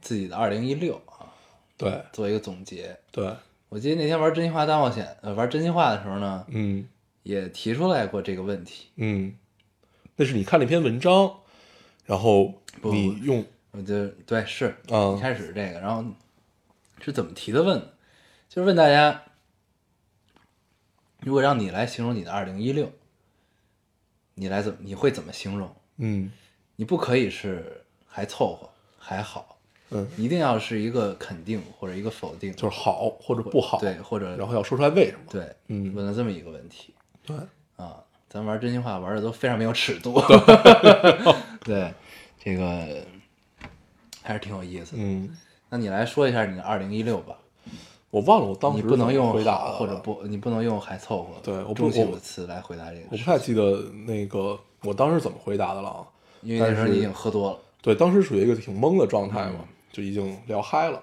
[SPEAKER 2] 自己的二零一六啊，
[SPEAKER 1] 对
[SPEAKER 2] 做一个总结。
[SPEAKER 1] 对，
[SPEAKER 2] 我记得那天玩真心话大冒险，呃，玩真心话的时候呢，
[SPEAKER 1] 嗯
[SPEAKER 2] 也提出来过这个问题。
[SPEAKER 1] 嗯，那是你看了一篇文章，然后
[SPEAKER 2] 不
[SPEAKER 1] 你用
[SPEAKER 2] 我就对是，
[SPEAKER 1] 嗯
[SPEAKER 2] 一开始是这个，然后是怎么提的问的？就是问大家，如果让你来形容你的二零一六，你来怎么你会怎么形容？
[SPEAKER 1] 嗯
[SPEAKER 2] 你不可以是还凑合还好，
[SPEAKER 1] 嗯，
[SPEAKER 2] 一定要是一个肯定或者一个否定，
[SPEAKER 1] 就是好或者不好，
[SPEAKER 2] 对，或者
[SPEAKER 1] 然后要说出来为什么。
[SPEAKER 2] 对，
[SPEAKER 1] 嗯
[SPEAKER 2] 问了这么一个问题
[SPEAKER 1] 对，
[SPEAKER 2] 啊，咱玩真心话玩的都非常没有尺 度，对，这个还是挺有意思的。
[SPEAKER 1] 嗯。
[SPEAKER 2] 那你来说一下你的二零一六吧，
[SPEAKER 1] 我忘了我当时
[SPEAKER 2] 你不能
[SPEAKER 1] 怎么
[SPEAKER 2] 用
[SPEAKER 1] 回答
[SPEAKER 2] 好
[SPEAKER 1] 了啊
[SPEAKER 2] 或者，不，你不能用还凑合，
[SPEAKER 1] 对我不
[SPEAKER 2] 中性
[SPEAKER 1] 我
[SPEAKER 2] 的词来回答这个
[SPEAKER 1] 我
[SPEAKER 2] 事
[SPEAKER 1] 不，太记得那个我当时怎么回答的了啊。
[SPEAKER 2] 因为那时候
[SPEAKER 1] 但是
[SPEAKER 2] 你已经喝多了，
[SPEAKER 1] 对，当时处于一个挺懵的状态嘛，就已经聊嗨了。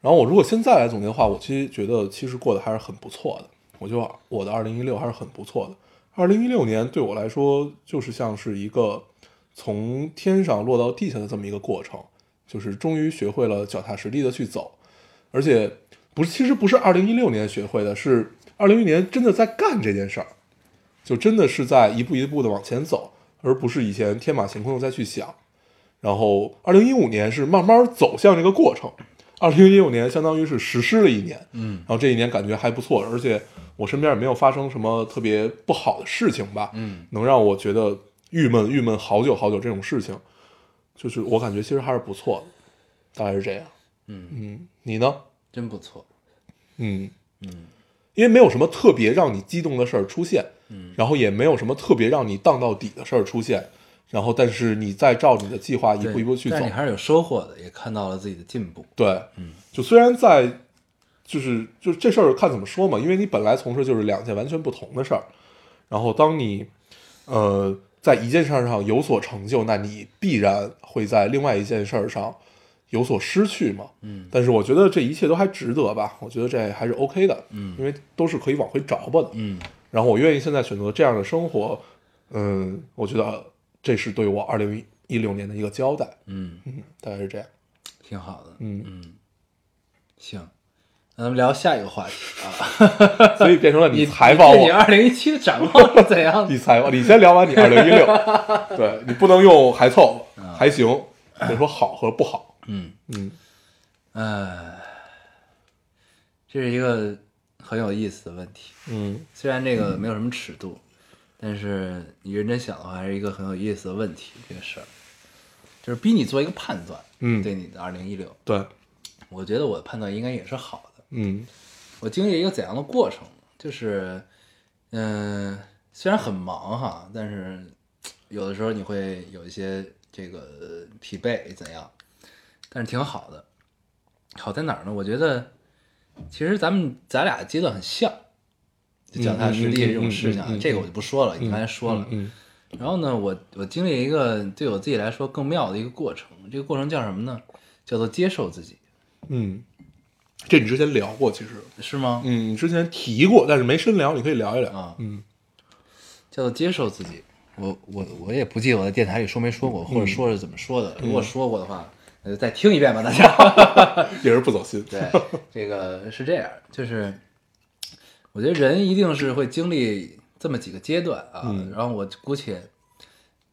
[SPEAKER 1] 然后我如果现在来总结的话，我其实觉得其实过得还是很不错的。我觉得我的二零一六还是很不错的。二零一六年对我来说，就是像是一个从天上落到地下的这么一个过程，就是终于学会了脚踏实地的去走，而且不是，其实不是二零一六年学会的，是二零一年真的在干这件事儿，就真的是在一步一步的往前走，而不是以前天马行空的再去想。然后二零一五年是慢慢走向这个过程，二零一六年相当于是实施了一年，嗯，然后这一年感觉还不错，而且我身边也没有发生什么特别不好的事情吧，
[SPEAKER 2] 嗯，
[SPEAKER 1] 能让我觉得郁闷郁闷好久好久这种事情，就是我感觉其实还是不错的，大概是这样，
[SPEAKER 2] 嗯
[SPEAKER 1] 嗯，你呢？
[SPEAKER 2] 真不错，
[SPEAKER 1] 嗯
[SPEAKER 2] 嗯，
[SPEAKER 1] 因为没有什么特别让你激动的事儿出现，嗯，然后也没有什么特别让你荡到底的事儿出现，然后但是你再照你的计划一
[SPEAKER 2] 对
[SPEAKER 1] 步一步去走
[SPEAKER 2] 但是，你还是有收获的，也看到了自己的进步，
[SPEAKER 1] 对，嗯，就虽然在，就是就这事儿看怎么说嘛，因为你本来从事就是两件完全不同的事儿，然后当你呃在一件事儿上有所成就，那你必然会在另外一件事儿上有所失去嘛，嗯，但是我觉得这一切都还值得吧，我觉得这还是 OK 的，嗯，因为都是可以往回找吧的，
[SPEAKER 2] 嗯
[SPEAKER 1] 然后我愿意现在选择这样的生活，嗯，我觉得这是对我二零一六年的一个交代，
[SPEAKER 2] 嗯，
[SPEAKER 1] 嗯，大概是这样，
[SPEAKER 2] 挺好的，
[SPEAKER 1] 嗯。
[SPEAKER 2] 嗯，行，那咱们聊下一个话题啊。
[SPEAKER 1] 所以变成了 你采访
[SPEAKER 2] 你
[SPEAKER 1] 我，
[SPEAKER 2] 二零一七的展望是怎样
[SPEAKER 1] 你
[SPEAKER 2] 的？
[SPEAKER 1] 采访，你先聊完你二零 一六，对你不能用还凑合，
[SPEAKER 2] 啊
[SPEAKER 1] 还行，得说好和不好。
[SPEAKER 2] 嗯，
[SPEAKER 1] 嗯
[SPEAKER 2] 呃，这是一个很有意思的问题。
[SPEAKER 1] 嗯
[SPEAKER 2] 虽然这个没有什么尺度，但是你认真想的话，还是一个很有意思的问题。这个事儿就是逼你做一个判断。
[SPEAKER 1] 嗯
[SPEAKER 2] 对你的二零一六，
[SPEAKER 1] 对，
[SPEAKER 2] 我觉得我的判断应该也是好的。
[SPEAKER 1] 嗯
[SPEAKER 2] 我经历一个怎样的过程呢？就是，嗯、虽然很忙哈，但是有的时候你会有一些这个疲惫怎样，但是挺好的。好在哪儿呢？我觉得其实咱们咱俩阶段很像，就脚踏实地这种事情啊，
[SPEAKER 1] 嗯嗯嗯嗯嗯嗯
[SPEAKER 2] 这个我就不说了，你刚才说了。
[SPEAKER 1] 嗯
[SPEAKER 2] 然后呢，我我经历一个对我自己来说更妙的一个过程，这个过程叫什么呢？叫做接受自己，
[SPEAKER 1] 嗯，这你之前聊过，其实，
[SPEAKER 2] 是吗？
[SPEAKER 1] 嗯，你之前提过，但是没深聊，你可以聊一聊。
[SPEAKER 2] 啊，
[SPEAKER 1] 嗯
[SPEAKER 2] 叫做接受自己。我我我也不记得我在电台里说没说过，或
[SPEAKER 1] 嗯
[SPEAKER 2] 者说是怎么说的。如果说过的话，那就再听一遍吧，大家。
[SPEAKER 1] 也是不走心。
[SPEAKER 2] 对， 这个是这样，就是我觉得人一定是会经历这么几个阶段啊。
[SPEAKER 1] 嗯
[SPEAKER 2] 然后我姑且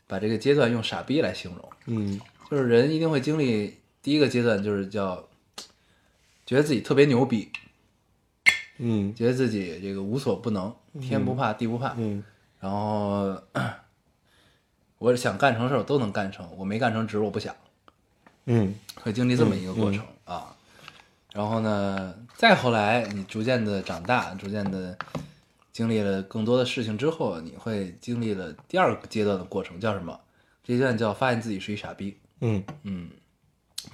[SPEAKER 2] 把这个阶段用傻逼来形容，
[SPEAKER 1] 嗯
[SPEAKER 2] 就是人一定会经历第一个阶段，就是叫觉得自己特别牛逼，
[SPEAKER 1] 嗯
[SPEAKER 2] 觉得自己这个无所不能，天不怕地不怕，
[SPEAKER 1] 嗯
[SPEAKER 2] 然后呃我想干成的事儿我都能干成，我没干成只是我不想，
[SPEAKER 1] 嗯
[SPEAKER 2] 会经历这么一个过程、啊。然后呢，再后来你逐渐的长大，逐渐的经历了更多的事情之后，你会经历了第二个阶段的过程，叫什么？这一阶段叫发现自己是一傻逼。
[SPEAKER 1] 嗯，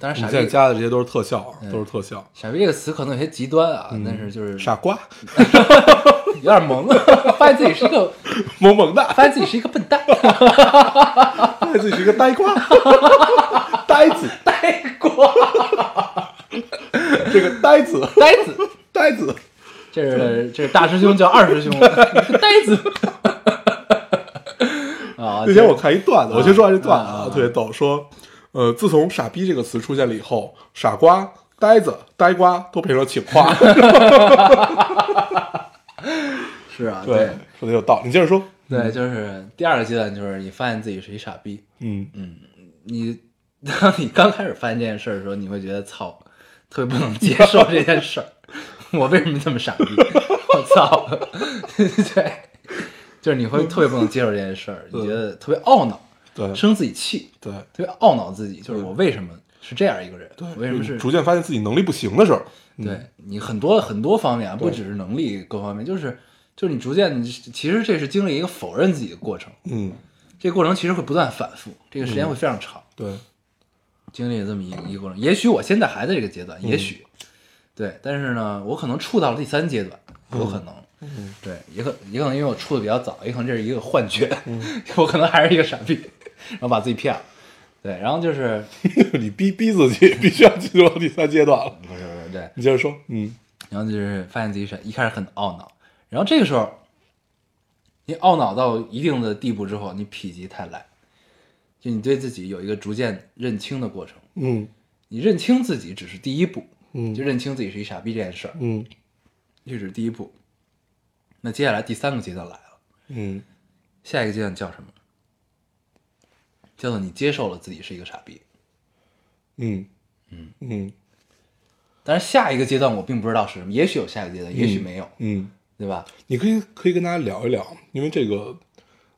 [SPEAKER 2] 当然，
[SPEAKER 1] 你
[SPEAKER 2] 傻
[SPEAKER 1] 现在
[SPEAKER 2] 逼
[SPEAKER 1] 加的这些都是特效
[SPEAKER 2] 嗯
[SPEAKER 1] 啊，都是特效。
[SPEAKER 2] 傻逼这个词可能有些极端啊，
[SPEAKER 1] 嗯
[SPEAKER 2] 但是 就是
[SPEAKER 1] 傻瓜，
[SPEAKER 2] 有点萌，发现自己是一个
[SPEAKER 1] 萌萌 的，
[SPEAKER 2] 发现自己是一个笨蛋，
[SPEAKER 1] 发现自己是一个呆瓜，呆子，
[SPEAKER 2] 呆瓜
[SPEAKER 1] 这个呆子，
[SPEAKER 2] 呆子。
[SPEAKER 1] 呆子，
[SPEAKER 2] 这是这是大师兄叫二师兄， 呆子。 啊，
[SPEAKER 1] 那天我看一段子，我先说完这段子
[SPEAKER 2] 啊啊
[SPEAKER 1] 啊，特别逗，说，呃，自从“傻逼”这个词出现了以后，傻瓜、呆子、呆瓜都变成了请话，
[SPEAKER 2] 是啊，
[SPEAKER 1] 对， 说的有道理。你接着说，
[SPEAKER 2] 对，就是第二个阶段，就是你发现自己是一傻逼。
[SPEAKER 1] 嗯
[SPEAKER 2] 你 当你刚开始发现这件事儿的时候，你会觉得操，特别不能接受这件事儿。 我为什么这么傻逼？我操！ 对，就是你会特别不能接受这件事儿，你觉得特别懊恼，
[SPEAKER 1] 对
[SPEAKER 2] 生自己气，
[SPEAKER 1] 对
[SPEAKER 2] 特别懊恼自己，就是我为什么是这样一个人？
[SPEAKER 1] 对，
[SPEAKER 2] 我为什么是
[SPEAKER 1] 逐渐发现自己能力不行的时候，
[SPEAKER 2] 对你很多很多方面啊，不
[SPEAKER 1] 对
[SPEAKER 2] 只是能力各方面，就是就是你逐渐，其实这是经历一个否认自己的过程，
[SPEAKER 1] 嗯，
[SPEAKER 2] 这个过程其实会不断反复，这个时间会非常长，
[SPEAKER 1] 对，
[SPEAKER 2] 嗯经历了这么一个一个过程。也许我现在还在这个阶段，也许，对，但是呢，我可能触到了第三阶段，有可能。嗯对，也可也可能因为我触的比较早，也可能这是一个幻觉， 我可能还是一个傻逼，然后把自己骗了。对，然后就是。
[SPEAKER 1] 你逼逼自己 必须要进入到第三阶段了
[SPEAKER 2] 不是不是对，
[SPEAKER 1] 你接着说，嗯
[SPEAKER 2] 然后就是发现自己是一开始很懊恼，然后这个时候，你懊恼到一定的地步之后，你否极泰来，就你对自己有一个逐渐认清的过程。
[SPEAKER 1] 嗯
[SPEAKER 2] 你认清自己只是第一步，
[SPEAKER 1] 嗯
[SPEAKER 2] 就认清自己是一傻逼这件事儿，
[SPEAKER 1] 嗯
[SPEAKER 2] 这只是第一步。那接下来第三个阶段来了，
[SPEAKER 1] 嗯
[SPEAKER 2] 下一个阶段叫什么？叫做你接受了自己是一个傻逼。
[SPEAKER 1] 嗯嗯
[SPEAKER 2] 但是下一个阶段我并不知道是什么，也许有下一个阶段，也许没有，
[SPEAKER 1] 嗯，
[SPEAKER 2] 对吧？
[SPEAKER 1] 你可以可以跟大家聊一聊，因为这个，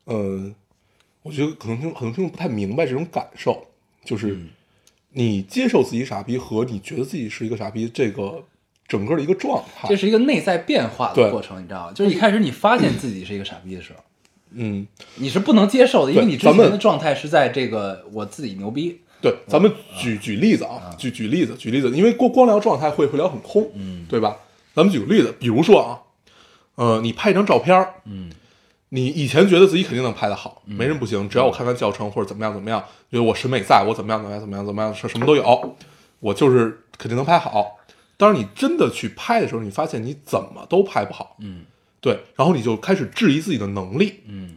[SPEAKER 1] 呃，我觉得可能听可能听众不太明白这种感受，就是
[SPEAKER 2] 嗯
[SPEAKER 1] 你接受自己傻逼和你觉得自己是一个傻逼这个整个的一个状态
[SPEAKER 2] 这，是一个内在变化的
[SPEAKER 1] 对
[SPEAKER 2] 过程，你知道吗？就是一开始你发现自己是一个傻逼的时候，
[SPEAKER 1] 嗯，
[SPEAKER 2] 你是不能接受的，因为
[SPEAKER 1] 对
[SPEAKER 2] 你之前
[SPEAKER 1] 咱
[SPEAKER 2] 的
[SPEAKER 1] 们
[SPEAKER 2] 状态是在这个我自己牛逼，
[SPEAKER 1] 对，咱们举举例子啊，举举例子，举例子，因为光光聊状态会会聊很空，嗯，对吧？咱们举个例子，比如说啊，呃，你拍一张照片，嗯，你以前觉得自己肯定能拍得好，没人不行，只要我看看教程或者怎么样怎么样，觉得我审美在，我怎么样怎么样怎么样怎么样，什什么都有，我就是肯定能拍好。但是你真的去拍的时候，你发现你怎么都拍不好，嗯，对，然后你就开始质疑自己的能力，嗯，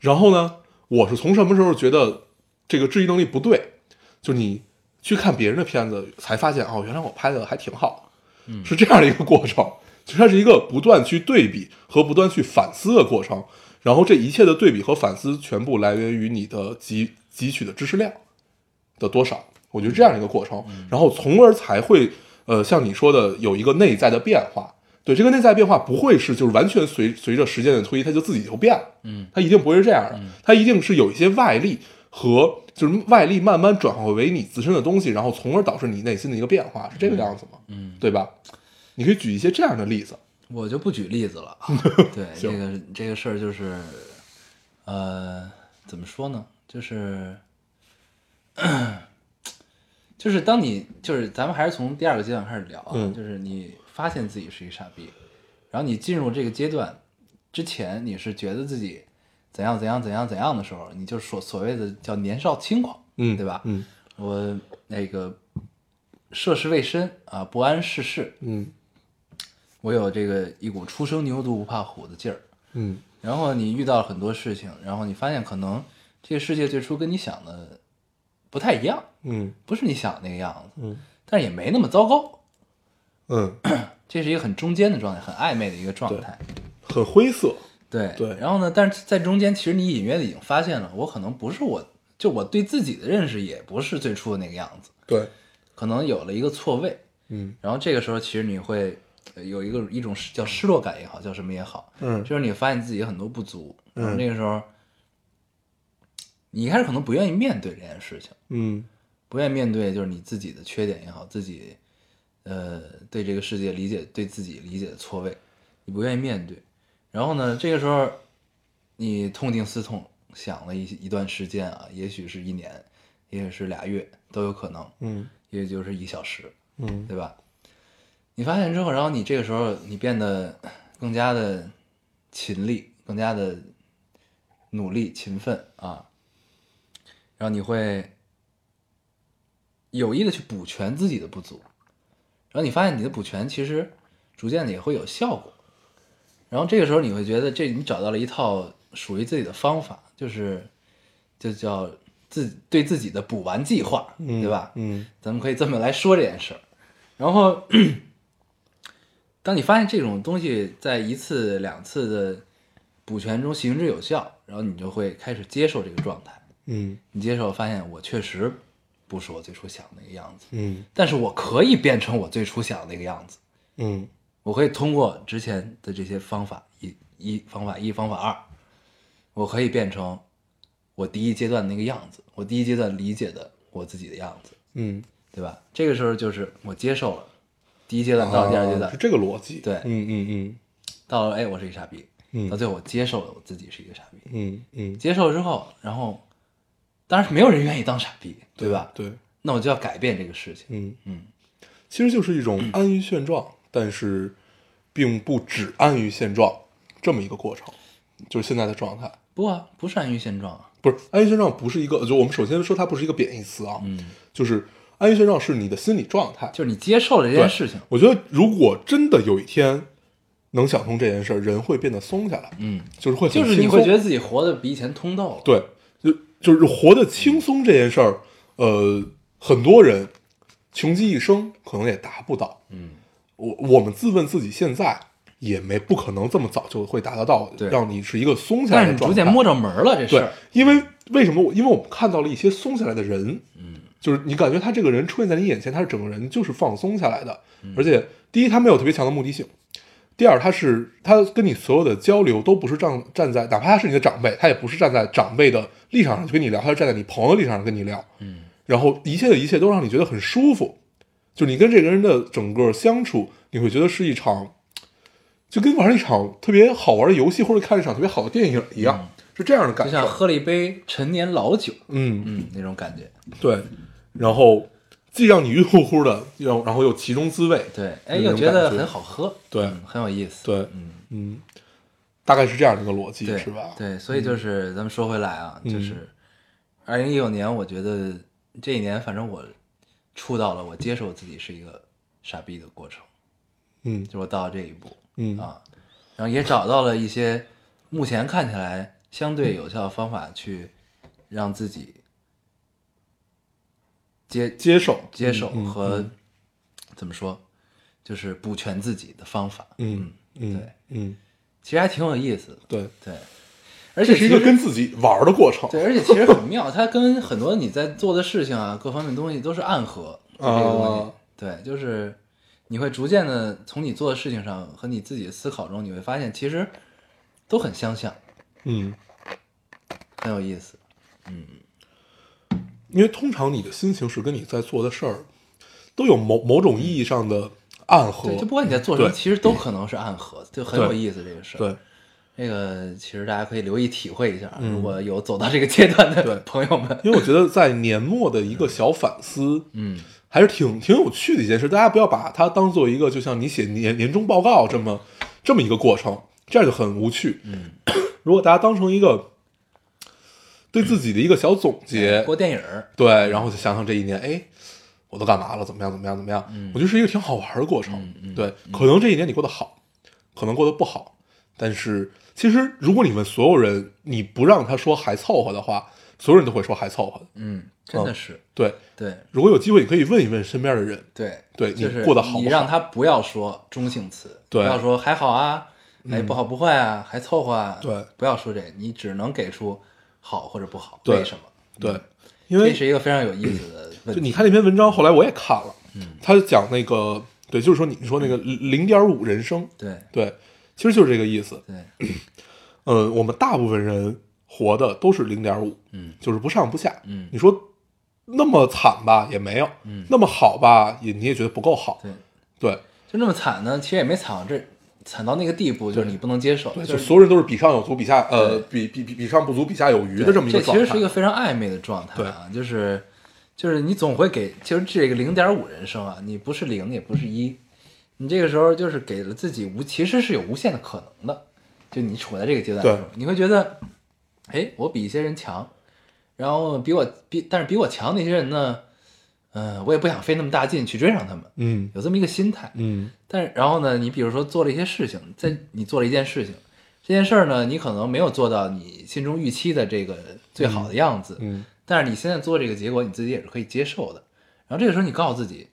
[SPEAKER 1] 然后呢，我是从什么时候觉得这个质疑能力不对？就你去看别人的片子，才发现哦，原来我拍的还挺好，是这样的一个过程。 其实它是一个不断去对比和不断去反思的过程，然后这一切的对比和反思全部来源于你的汲汲取的知识量的多少。我觉得这样的一个过程，然后从而才会呃，像你说的有一个内在的变化。对，这个内在变化不会是就是完全随随着时间的推移，它就自己就变了。嗯，它一定不会是这样的，它一定是有一些外力和就是外力慢慢转化为你自身的东西，然后从而导致你内心的一个变化，是这个样子吗？嗯，对吧？你可以举一些这样的例子。
[SPEAKER 2] 我就不举例子 了啊。对，这个这个事儿就是，呃，怎么说呢？就是， 就是当你就是咱们还是从第二个阶段开始聊啊，
[SPEAKER 1] 嗯
[SPEAKER 2] 就是你发现自己是一傻逼，然后你进入这个阶段之前，你是觉得自己怎样怎样怎样怎样的时候，你就所所谓的叫年少轻狂，
[SPEAKER 1] 嗯
[SPEAKER 2] 对吧？
[SPEAKER 1] 嗯
[SPEAKER 2] 我那个涉世未深啊，不谙世事，
[SPEAKER 1] 嗯
[SPEAKER 2] 我有这个一股初生牛犊不怕虎的劲儿。
[SPEAKER 1] 嗯
[SPEAKER 2] 然后你遇到了很多事情，然后你发现可能这个世界最初跟你想的不太一样，
[SPEAKER 1] 嗯
[SPEAKER 2] 不是你想的那个样子，
[SPEAKER 1] 嗯
[SPEAKER 2] 但是也没那么糟糕。
[SPEAKER 1] 嗯，
[SPEAKER 2] 这是一个很中间的状态，很暧昧的一个状态。
[SPEAKER 1] 很灰色。
[SPEAKER 2] 对
[SPEAKER 1] 对
[SPEAKER 2] 然后呢，但是在中间，其实你隐约的已经发现了，我可能不是我，就我对自己的认识也不是最初的那个样子，
[SPEAKER 1] 对，
[SPEAKER 2] 可能有了一个错位。
[SPEAKER 1] 嗯
[SPEAKER 2] 然后这个时候，其实你会呃有一个一种失叫失落感也好，叫什么也好，
[SPEAKER 1] 嗯
[SPEAKER 2] 就是你发现自己很多不足，
[SPEAKER 1] 嗯
[SPEAKER 2] 然后那个时候，你一开始可能不愿意面对这件事情，
[SPEAKER 1] 嗯
[SPEAKER 2] 不愿意面对就是你自己的缺点也好，自己呃对这个世界理解、对自己理解的错位，你不愿意面对。然后呢，这个时候你痛定思痛，想了一一段时间啊，也许是一年，也许是俩月都有可能，
[SPEAKER 1] 嗯
[SPEAKER 2] 也就是一小时，
[SPEAKER 1] 嗯
[SPEAKER 2] 对吧？你发现之后，然后你这个时候你变得更加的勤力，更加的努力、勤奋啊，然后你会有意的去补全自己的不足，然后你发现你的补全其实逐渐的也会有效果，然后这个时候你会觉得这你找到了一套属于自己的方法，就是就叫自对自己的补完计划，
[SPEAKER 1] 嗯，
[SPEAKER 2] 对吧？
[SPEAKER 1] 嗯
[SPEAKER 2] 咱们可以这么来说这件事儿。然后，当你发现这种东西在一次两次的补全中行之有效，然后你就会开始接受这个状态。
[SPEAKER 1] 嗯
[SPEAKER 2] 你接受，发现我确实不是我最初想的那个样子，
[SPEAKER 1] 嗯
[SPEAKER 2] 但是我可以变成我最初想的那个样子。
[SPEAKER 1] 嗯
[SPEAKER 2] 我可以通过之前的这些方法一一方法一方法二，我可以变成我第一阶段那个样子，我第一阶段理解的我自己的样子。
[SPEAKER 1] 嗯，
[SPEAKER 2] 对吧？这个时候就是我接受了，第一阶段到第二阶段，
[SPEAKER 1] 啊是这个逻辑，
[SPEAKER 2] 对
[SPEAKER 1] 嗯嗯
[SPEAKER 2] 到了哎，我是一傻逼，
[SPEAKER 1] 嗯
[SPEAKER 2] 到最后我接受了我自己是一个傻逼，
[SPEAKER 1] 嗯嗯嗯，
[SPEAKER 2] 接受了之后，然后当然没有人愿意当傻逼，对吧？
[SPEAKER 1] 对，
[SPEAKER 2] 那我就要改变这个事情，
[SPEAKER 1] 嗯
[SPEAKER 2] 嗯，
[SPEAKER 1] 其实就是一种安于现状，但是并不只安于现状这么一个过程，就是现在的状态。
[SPEAKER 2] 不啊，不是安于现状啊，
[SPEAKER 1] 不是安于现状，不是一个，就我们首先说它不是一个贬义词啊，
[SPEAKER 2] 嗯，
[SPEAKER 1] 就是安于现状是你的心理状态。
[SPEAKER 2] 就是你接受了这件事情，
[SPEAKER 1] 我觉得如果真的有一天能想通这件事儿，人会变得松下来，
[SPEAKER 2] 嗯，
[SPEAKER 1] 就是会很
[SPEAKER 2] 就是你
[SPEAKER 1] 轻
[SPEAKER 2] 会
[SPEAKER 1] 松
[SPEAKER 2] 觉得自己活得比以前通透了，
[SPEAKER 1] 对，就就是活得轻松这件事儿，呃，很多人穷极一生可能也达不到。
[SPEAKER 2] 嗯，
[SPEAKER 1] 我我们自问自己，现在也没不可能这么早就会达得到，
[SPEAKER 2] 对
[SPEAKER 1] 让你是一个松下
[SPEAKER 2] 但
[SPEAKER 1] 来
[SPEAKER 2] 是
[SPEAKER 1] 的
[SPEAKER 2] 你
[SPEAKER 1] 状
[SPEAKER 2] 逐
[SPEAKER 1] 态。
[SPEAKER 2] 渐摸着门儿了，这事
[SPEAKER 1] 对
[SPEAKER 2] 儿，，
[SPEAKER 1] 因为为什么我？因为我们看到了一些松下来的人，嗯，就是你感觉他这个人出现在你眼前，他是整个人就是放松下来的，
[SPEAKER 2] 嗯
[SPEAKER 1] 而且第一，他没有特别强的目的性。第二，他是他跟你所有的交流都不是站站在，哪怕他是你的长辈，他也不是站在长辈的立场上去跟你聊，他是站在你朋友的立场上跟你聊，嗯，然后一切的一切都让你觉得很舒服，就是你跟这个人的整个相处，你会觉得是一场，就跟玩一场特别好玩的游戏或者看一场特别好的电影一样，是这样的感
[SPEAKER 2] 嗯就
[SPEAKER 1] 受，
[SPEAKER 2] 像喝了一杯陈年老酒，
[SPEAKER 1] 嗯，
[SPEAKER 2] 嗯，那种感觉，
[SPEAKER 1] 对，然后既让你晕乎乎的，又然后又其中滋味，
[SPEAKER 2] 对，哎，
[SPEAKER 1] 有那
[SPEAKER 2] 又
[SPEAKER 1] 种
[SPEAKER 2] 觉得
[SPEAKER 1] 感觉
[SPEAKER 2] 很好喝，
[SPEAKER 1] 对
[SPEAKER 2] 嗯很有意思，
[SPEAKER 1] 对，
[SPEAKER 2] 嗯。
[SPEAKER 1] 嗯，大概是这样的一个逻辑，
[SPEAKER 2] 对，
[SPEAKER 1] 是吧？，
[SPEAKER 2] 对，所以就是、咱们说回来啊，就
[SPEAKER 1] 嗯
[SPEAKER 2] 是二零一九年，我觉得这一年，反正我触到了我接受自己是一个傻逼的过程，
[SPEAKER 1] 嗯
[SPEAKER 2] 就我到了这一步
[SPEAKER 1] 嗯
[SPEAKER 2] 啊，然后也找到了一些目前看起来相
[SPEAKER 1] 嗯
[SPEAKER 2] 对有效的方法去让自己接
[SPEAKER 1] 接受，嗯
[SPEAKER 2] 接受和、怎么说，就是补全自己的方法，
[SPEAKER 1] 嗯嗯
[SPEAKER 2] 对
[SPEAKER 1] 嗯，
[SPEAKER 2] 其实还挺有意思的，
[SPEAKER 1] 对，
[SPEAKER 2] 对，而且
[SPEAKER 1] 这是一个
[SPEAKER 2] 其实
[SPEAKER 1] 跟自己玩的过程，
[SPEAKER 2] 对，而且其实很妙，它跟很多你在做的事情啊，各方面东西都是暗合。就这个东西，
[SPEAKER 1] 啊
[SPEAKER 2] 对，就是你会逐渐的从你做的事情上和你自己的思考中，你会发现其实都很相像，
[SPEAKER 1] 嗯，
[SPEAKER 2] 很有意思。
[SPEAKER 1] 因为通常你的心情是跟你在做的事儿都有某某种意义上的暗合
[SPEAKER 2] 对，，就不管你在做什么，
[SPEAKER 1] 对
[SPEAKER 2] 其实都可能是暗合，就很有
[SPEAKER 1] 对
[SPEAKER 2] 意思这个事儿。
[SPEAKER 1] 对，嗯
[SPEAKER 2] 这个其实大家可以留意体会一下，啊如果有走到这个阶段
[SPEAKER 1] 对
[SPEAKER 2] 的朋友们，
[SPEAKER 1] 因为我觉得在年末的一个小反思，
[SPEAKER 2] 嗯，
[SPEAKER 1] 还是挺挺有趣的一件事。大家不要把它当做一个就像你写年年终报告这么这么一个过程，这样就很无趣。嗯， 如果大家当成一个对自己的一个小总结，
[SPEAKER 2] 过电影儿，
[SPEAKER 1] 对，然后就想想这一年，哎，我都干嘛了？怎么样？怎么样？怎么样？我觉得是一个挺好玩的过程。对，可能这一年你过得好，可能过得不好，但是其实如果你问所有人，你不让他说还凑合的话，所有人都会说还凑合。
[SPEAKER 2] 嗯，真的
[SPEAKER 1] 嗯
[SPEAKER 2] 是，
[SPEAKER 1] 对，
[SPEAKER 2] 对
[SPEAKER 1] 如果有机会，你可以问一问身边的人。
[SPEAKER 2] 对
[SPEAKER 1] 对
[SPEAKER 2] 就
[SPEAKER 1] 你
[SPEAKER 2] 是
[SPEAKER 1] 过得好不
[SPEAKER 2] 你让他不要说中性词，
[SPEAKER 1] 对嗯
[SPEAKER 2] 不要说还好啊，哎不好不坏啊，还凑合啊，
[SPEAKER 1] 对
[SPEAKER 2] 不要说这，个，你只能给出好或者不好，
[SPEAKER 1] 对
[SPEAKER 2] 为什么？
[SPEAKER 1] 对，因
[SPEAKER 2] 这
[SPEAKER 1] 为
[SPEAKER 2] 是一个非常有意思的问
[SPEAKER 1] 就
[SPEAKER 2] 题。嗯
[SPEAKER 1] 你看那篇文章，后来我也看了，他讲那个对，就是说你说那个零点五人生，
[SPEAKER 2] 对
[SPEAKER 1] 对，其实就是这个意思。
[SPEAKER 2] 对，
[SPEAKER 1] 嗯，我们大部分人活的都是零点五，
[SPEAKER 2] 嗯
[SPEAKER 1] 就是不上不下。
[SPEAKER 2] 嗯
[SPEAKER 1] 你说那么惨吧，也没有；
[SPEAKER 2] 嗯
[SPEAKER 1] 那么好吧，也你也觉得不够好。
[SPEAKER 2] 对，
[SPEAKER 1] 对
[SPEAKER 2] 就那么惨呢，其实也没惨到这惨到那个地步，就是你不能接受，
[SPEAKER 1] 对，
[SPEAKER 2] 就
[SPEAKER 1] 就是所有人都是比上有足，比下呃，
[SPEAKER 2] 对
[SPEAKER 1] 比比比比上不足，比下有余
[SPEAKER 2] 对
[SPEAKER 1] 的这么一个
[SPEAKER 2] 其
[SPEAKER 1] 状态。
[SPEAKER 2] 实是一个非常暧昧的状态啊，就是就是你总会给，其实这个零点五人生啊，你不是零也不是一，你这个时候就是给了自己无，其实是有无限的可能的，就你处在这个阶段的时候，你会觉得，哎，我比一些人强，然后比我比，但是比我强的一些人呢，嗯、我也不想费那么大劲去追上他们，
[SPEAKER 1] 嗯
[SPEAKER 2] 有这么一个心态，
[SPEAKER 1] 嗯
[SPEAKER 2] 但是然后呢，你比如说做了一些事情，在你做了一件事情，这件事儿呢，你可能没有做到你心中预期的这个最好的样子，
[SPEAKER 1] 嗯
[SPEAKER 2] 但是你现在做这个结果，你自己也是可以接受的。然后这个时候你告诉自己，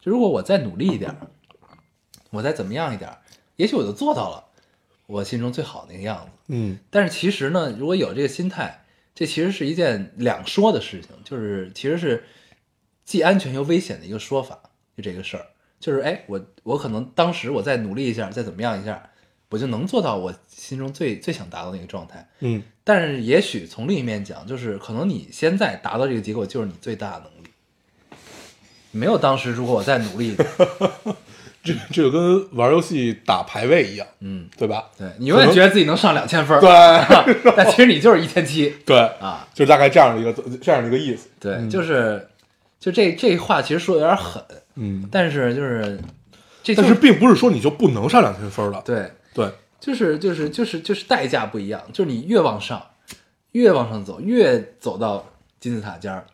[SPEAKER 2] 就如果我再努力一点儿，我再怎么样一点儿，也许我就做到了我心中最好的那个样子。
[SPEAKER 1] 嗯，
[SPEAKER 2] 但是其实呢，如果有这个心态，这其实是一件两说的事情，就是其实是既安全又危险的一个说法。就这个事儿，就是哎，我我可能当时我再努力一下，再怎么样一下，我就能做到我心中最最想达到的那个状态。
[SPEAKER 1] 嗯
[SPEAKER 2] 但是也许从另一面讲，就是可能你现在达到这个结果就是你最大的能力。没有当时，如果我再努力一点，
[SPEAKER 1] 这这就跟玩游戏打排位一样，
[SPEAKER 2] 嗯，
[SPEAKER 1] 对吧？
[SPEAKER 2] 对你永远觉得自己能上两千分儿，
[SPEAKER 1] 对
[SPEAKER 2] 但其实你就是一千七
[SPEAKER 1] 对
[SPEAKER 2] 啊。
[SPEAKER 1] 就是大概这样的一个这样的一个意思。
[SPEAKER 2] 对，就是就这这话其实说的有点狠，
[SPEAKER 1] 嗯，
[SPEAKER 2] 但是就是这就
[SPEAKER 1] 但是并不是说你就不能上两千分了。
[SPEAKER 2] 对，
[SPEAKER 1] 对
[SPEAKER 2] 就是就是就是就是代价不一样，就是你越往上，越往上走，越走到金字塔尖儿，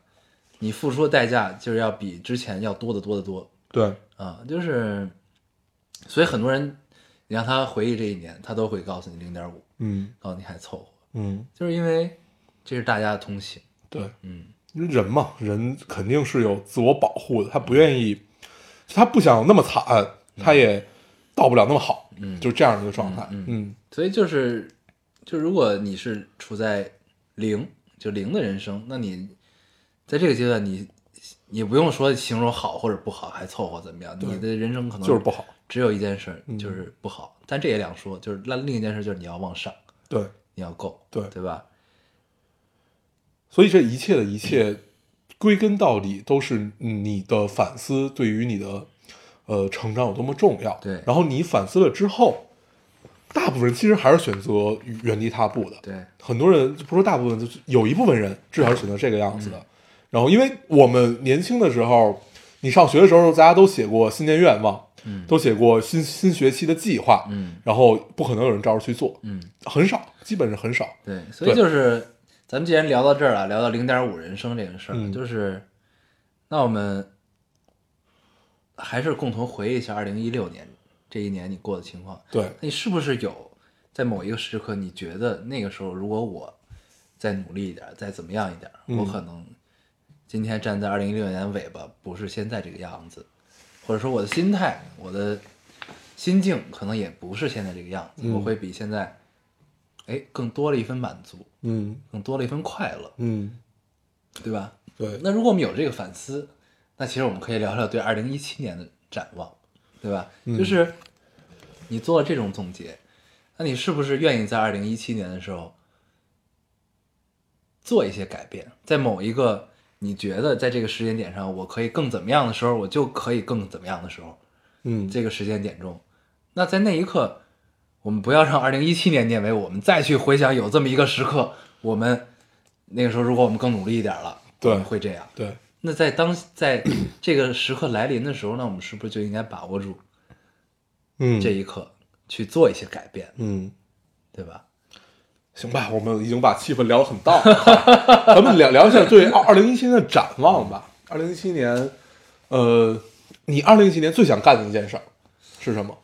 [SPEAKER 2] 你付出的代价就是要比之前要多得多得多
[SPEAKER 1] 对
[SPEAKER 2] 啊！就是，所以很多人，你让他回忆这一年，他都会告诉你零点五，
[SPEAKER 1] 嗯
[SPEAKER 2] 告诉你还凑合，
[SPEAKER 1] 嗯，
[SPEAKER 2] 就是因为这是大家的通行，
[SPEAKER 1] 对，
[SPEAKER 2] 嗯，
[SPEAKER 1] 人嘛，人肯定是有自我保护的，他不愿意，他不想那么惨，他也到不了那么好，
[SPEAKER 2] 嗯
[SPEAKER 1] 就是这样的一个状态。
[SPEAKER 2] 嗯
[SPEAKER 1] 嗯
[SPEAKER 2] 所以就是，就如果你是处在零，就零的人生，那你在这个阶段你，你不用说形容好或者不好，还凑合怎么样，你的人生可能
[SPEAKER 1] 嗯就是不好，
[SPEAKER 2] 只有一件事儿，
[SPEAKER 1] 嗯
[SPEAKER 2] 就是不好。但这也两说，就是那另一件事就是你要往上，
[SPEAKER 1] 对，
[SPEAKER 2] 你要够，
[SPEAKER 1] 对
[SPEAKER 2] 对吧？
[SPEAKER 1] 所以这一切的一切，归根到底都是你的反思对于你的呃成长有多么重要。
[SPEAKER 2] 对
[SPEAKER 1] 然后你反思了之后，大部分人其实还是选择原地踏步的。
[SPEAKER 2] 对，
[SPEAKER 1] 很多人就不说大部分，就是有一部分人至少是选择这个样子
[SPEAKER 2] 嗯
[SPEAKER 1] 的。然后，因为我们年轻的时候，你上学的时候，大家都写过新年愿望，
[SPEAKER 2] 嗯
[SPEAKER 1] 都写过新新学期的计划，
[SPEAKER 2] 嗯
[SPEAKER 1] 然后不可能有人照着去做，
[SPEAKER 2] 嗯，
[SPEAKER 1] 很少，基本是很少。
[SPEAKER 2] 对。所以
[SPEAKER 1] 对
[SPEAKER 2] 就是，咱们既然聊到这儿了，聊到零点五人生这个事儿，
[SPEAKER 1] 嗯
[SPEAKER 2] 就是，那我们还是共同回忆一下二零一六年这一年你过的情况。
[SPEAKER 1] 对，
[SPEAKER 2] 你是不是有在某一个时刻，你觉得那个时候如果我再努力一点，再怎么样一点，
[SPEAKER 1] 嗯
[SPEAKER 2] 我可能今天站在二零一六年的尾巴，不是现在这个样子，或者说我的心态、我的心境可能也不是现在这个样子，
[SPEAKER 1] 嗯
[SPEAKER 2] 我会比现在，哎，更多了一份满足，
[SPEAKER 1] 嗯
[SPEAKER 2] 更多了一份快乐，
[SPEAKER 1] 嗯，
[SPEAKER 2] 对吧？
[SPEAKER 1] 对，
[SPEAKER 2] 那如果我们有这个反思，那其实我们可以聊聊对二零一七年的展望，对吧？就是你做了这种总结，那你是不是愿意在二零一七年的时候做一些改变？在某一个你觉得在这个时间点上，我可以更怎么样的时候，我就可以更怎么样的时候，
[SPEAKER 1] 嗯
[SPEAKER 2] 这个时间点中，那在那一刻，我们不要让二零一七年念为我们再去回想有这么一个时刻，我们那个时候如果我们更努力一点了，
[SPEAKER 1] 对
[SPEAKER 2] 我们会这样。
[SPEAKER 1] 对，
[SPEAKER 2] 那在当在这个时刻来临的时候，那我们是不是就应该把握住
[SPEAKER 1] 嗯
[SPEAKER 2] 这一刻，去做一些改变，
[SPEAKER 1] 嗯，
[SPEAKER 2] 对吧？
[SPEAKER 1] 行吧，我们已经把气氛聊得很到了， 咱们聊聊一下对二零一七年的展望吧。二零一七年，呃，你二零一七年最想干的一件事儿是什么？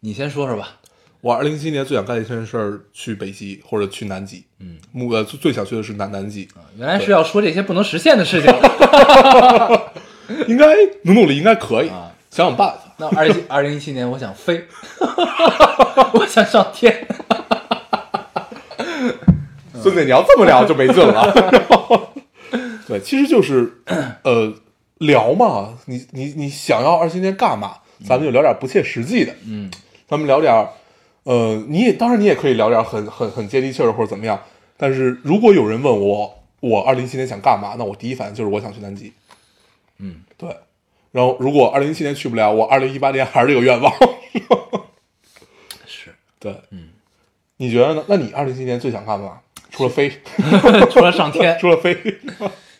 [SPEAKER 2] 你先说说吧。
[SPEAKER 1] 我二零一七年最想干的一件事儿，去北极或者去南极。
[SPEAKER 2] 嗯，啊
[SPEAKER 1] 目呃最最想去的是南南极，
[SPEAKER 2] 原来是要说这些不能实现的 事情。
[SPEAKER 1] 应该努努力应该可以，
[SPEAKER 2] 啊
[SPEAKER 1] 想想办法。
[SPEAKER 2] 那二零二零一七年，我想飞， 我想上天。
[SPEAKER 1] 嗯 孙子，你要这么聊就没劲了。然后对，其实就是呃，聊嘛，你你你想要二十年干嘛？咱们就聊点不切实际的，
[SPEAKER 2] 嗯，
[SPEAKER 1] 咱们聊点儿，呃，你也当然你也可以聊点儿很很很接地气儿的或者怎么样，但是如果有人问我我二零一七年想干嘛，那我第一反应就是我想去南极，
[SPEAKER 2] 嗯，
[SPEAKER 1] 对，然后如果二零一七年去不了，我二零一八年还是这个愿望，
[SPEAKER 2] 是
[SPEAKER 1] 对，嗯，你觉得呢？那你二零一七年最想干嘛？除了飞，
[SPEAKER 2] 嗯除了上天，
[SPEAKER 1] 除了飞，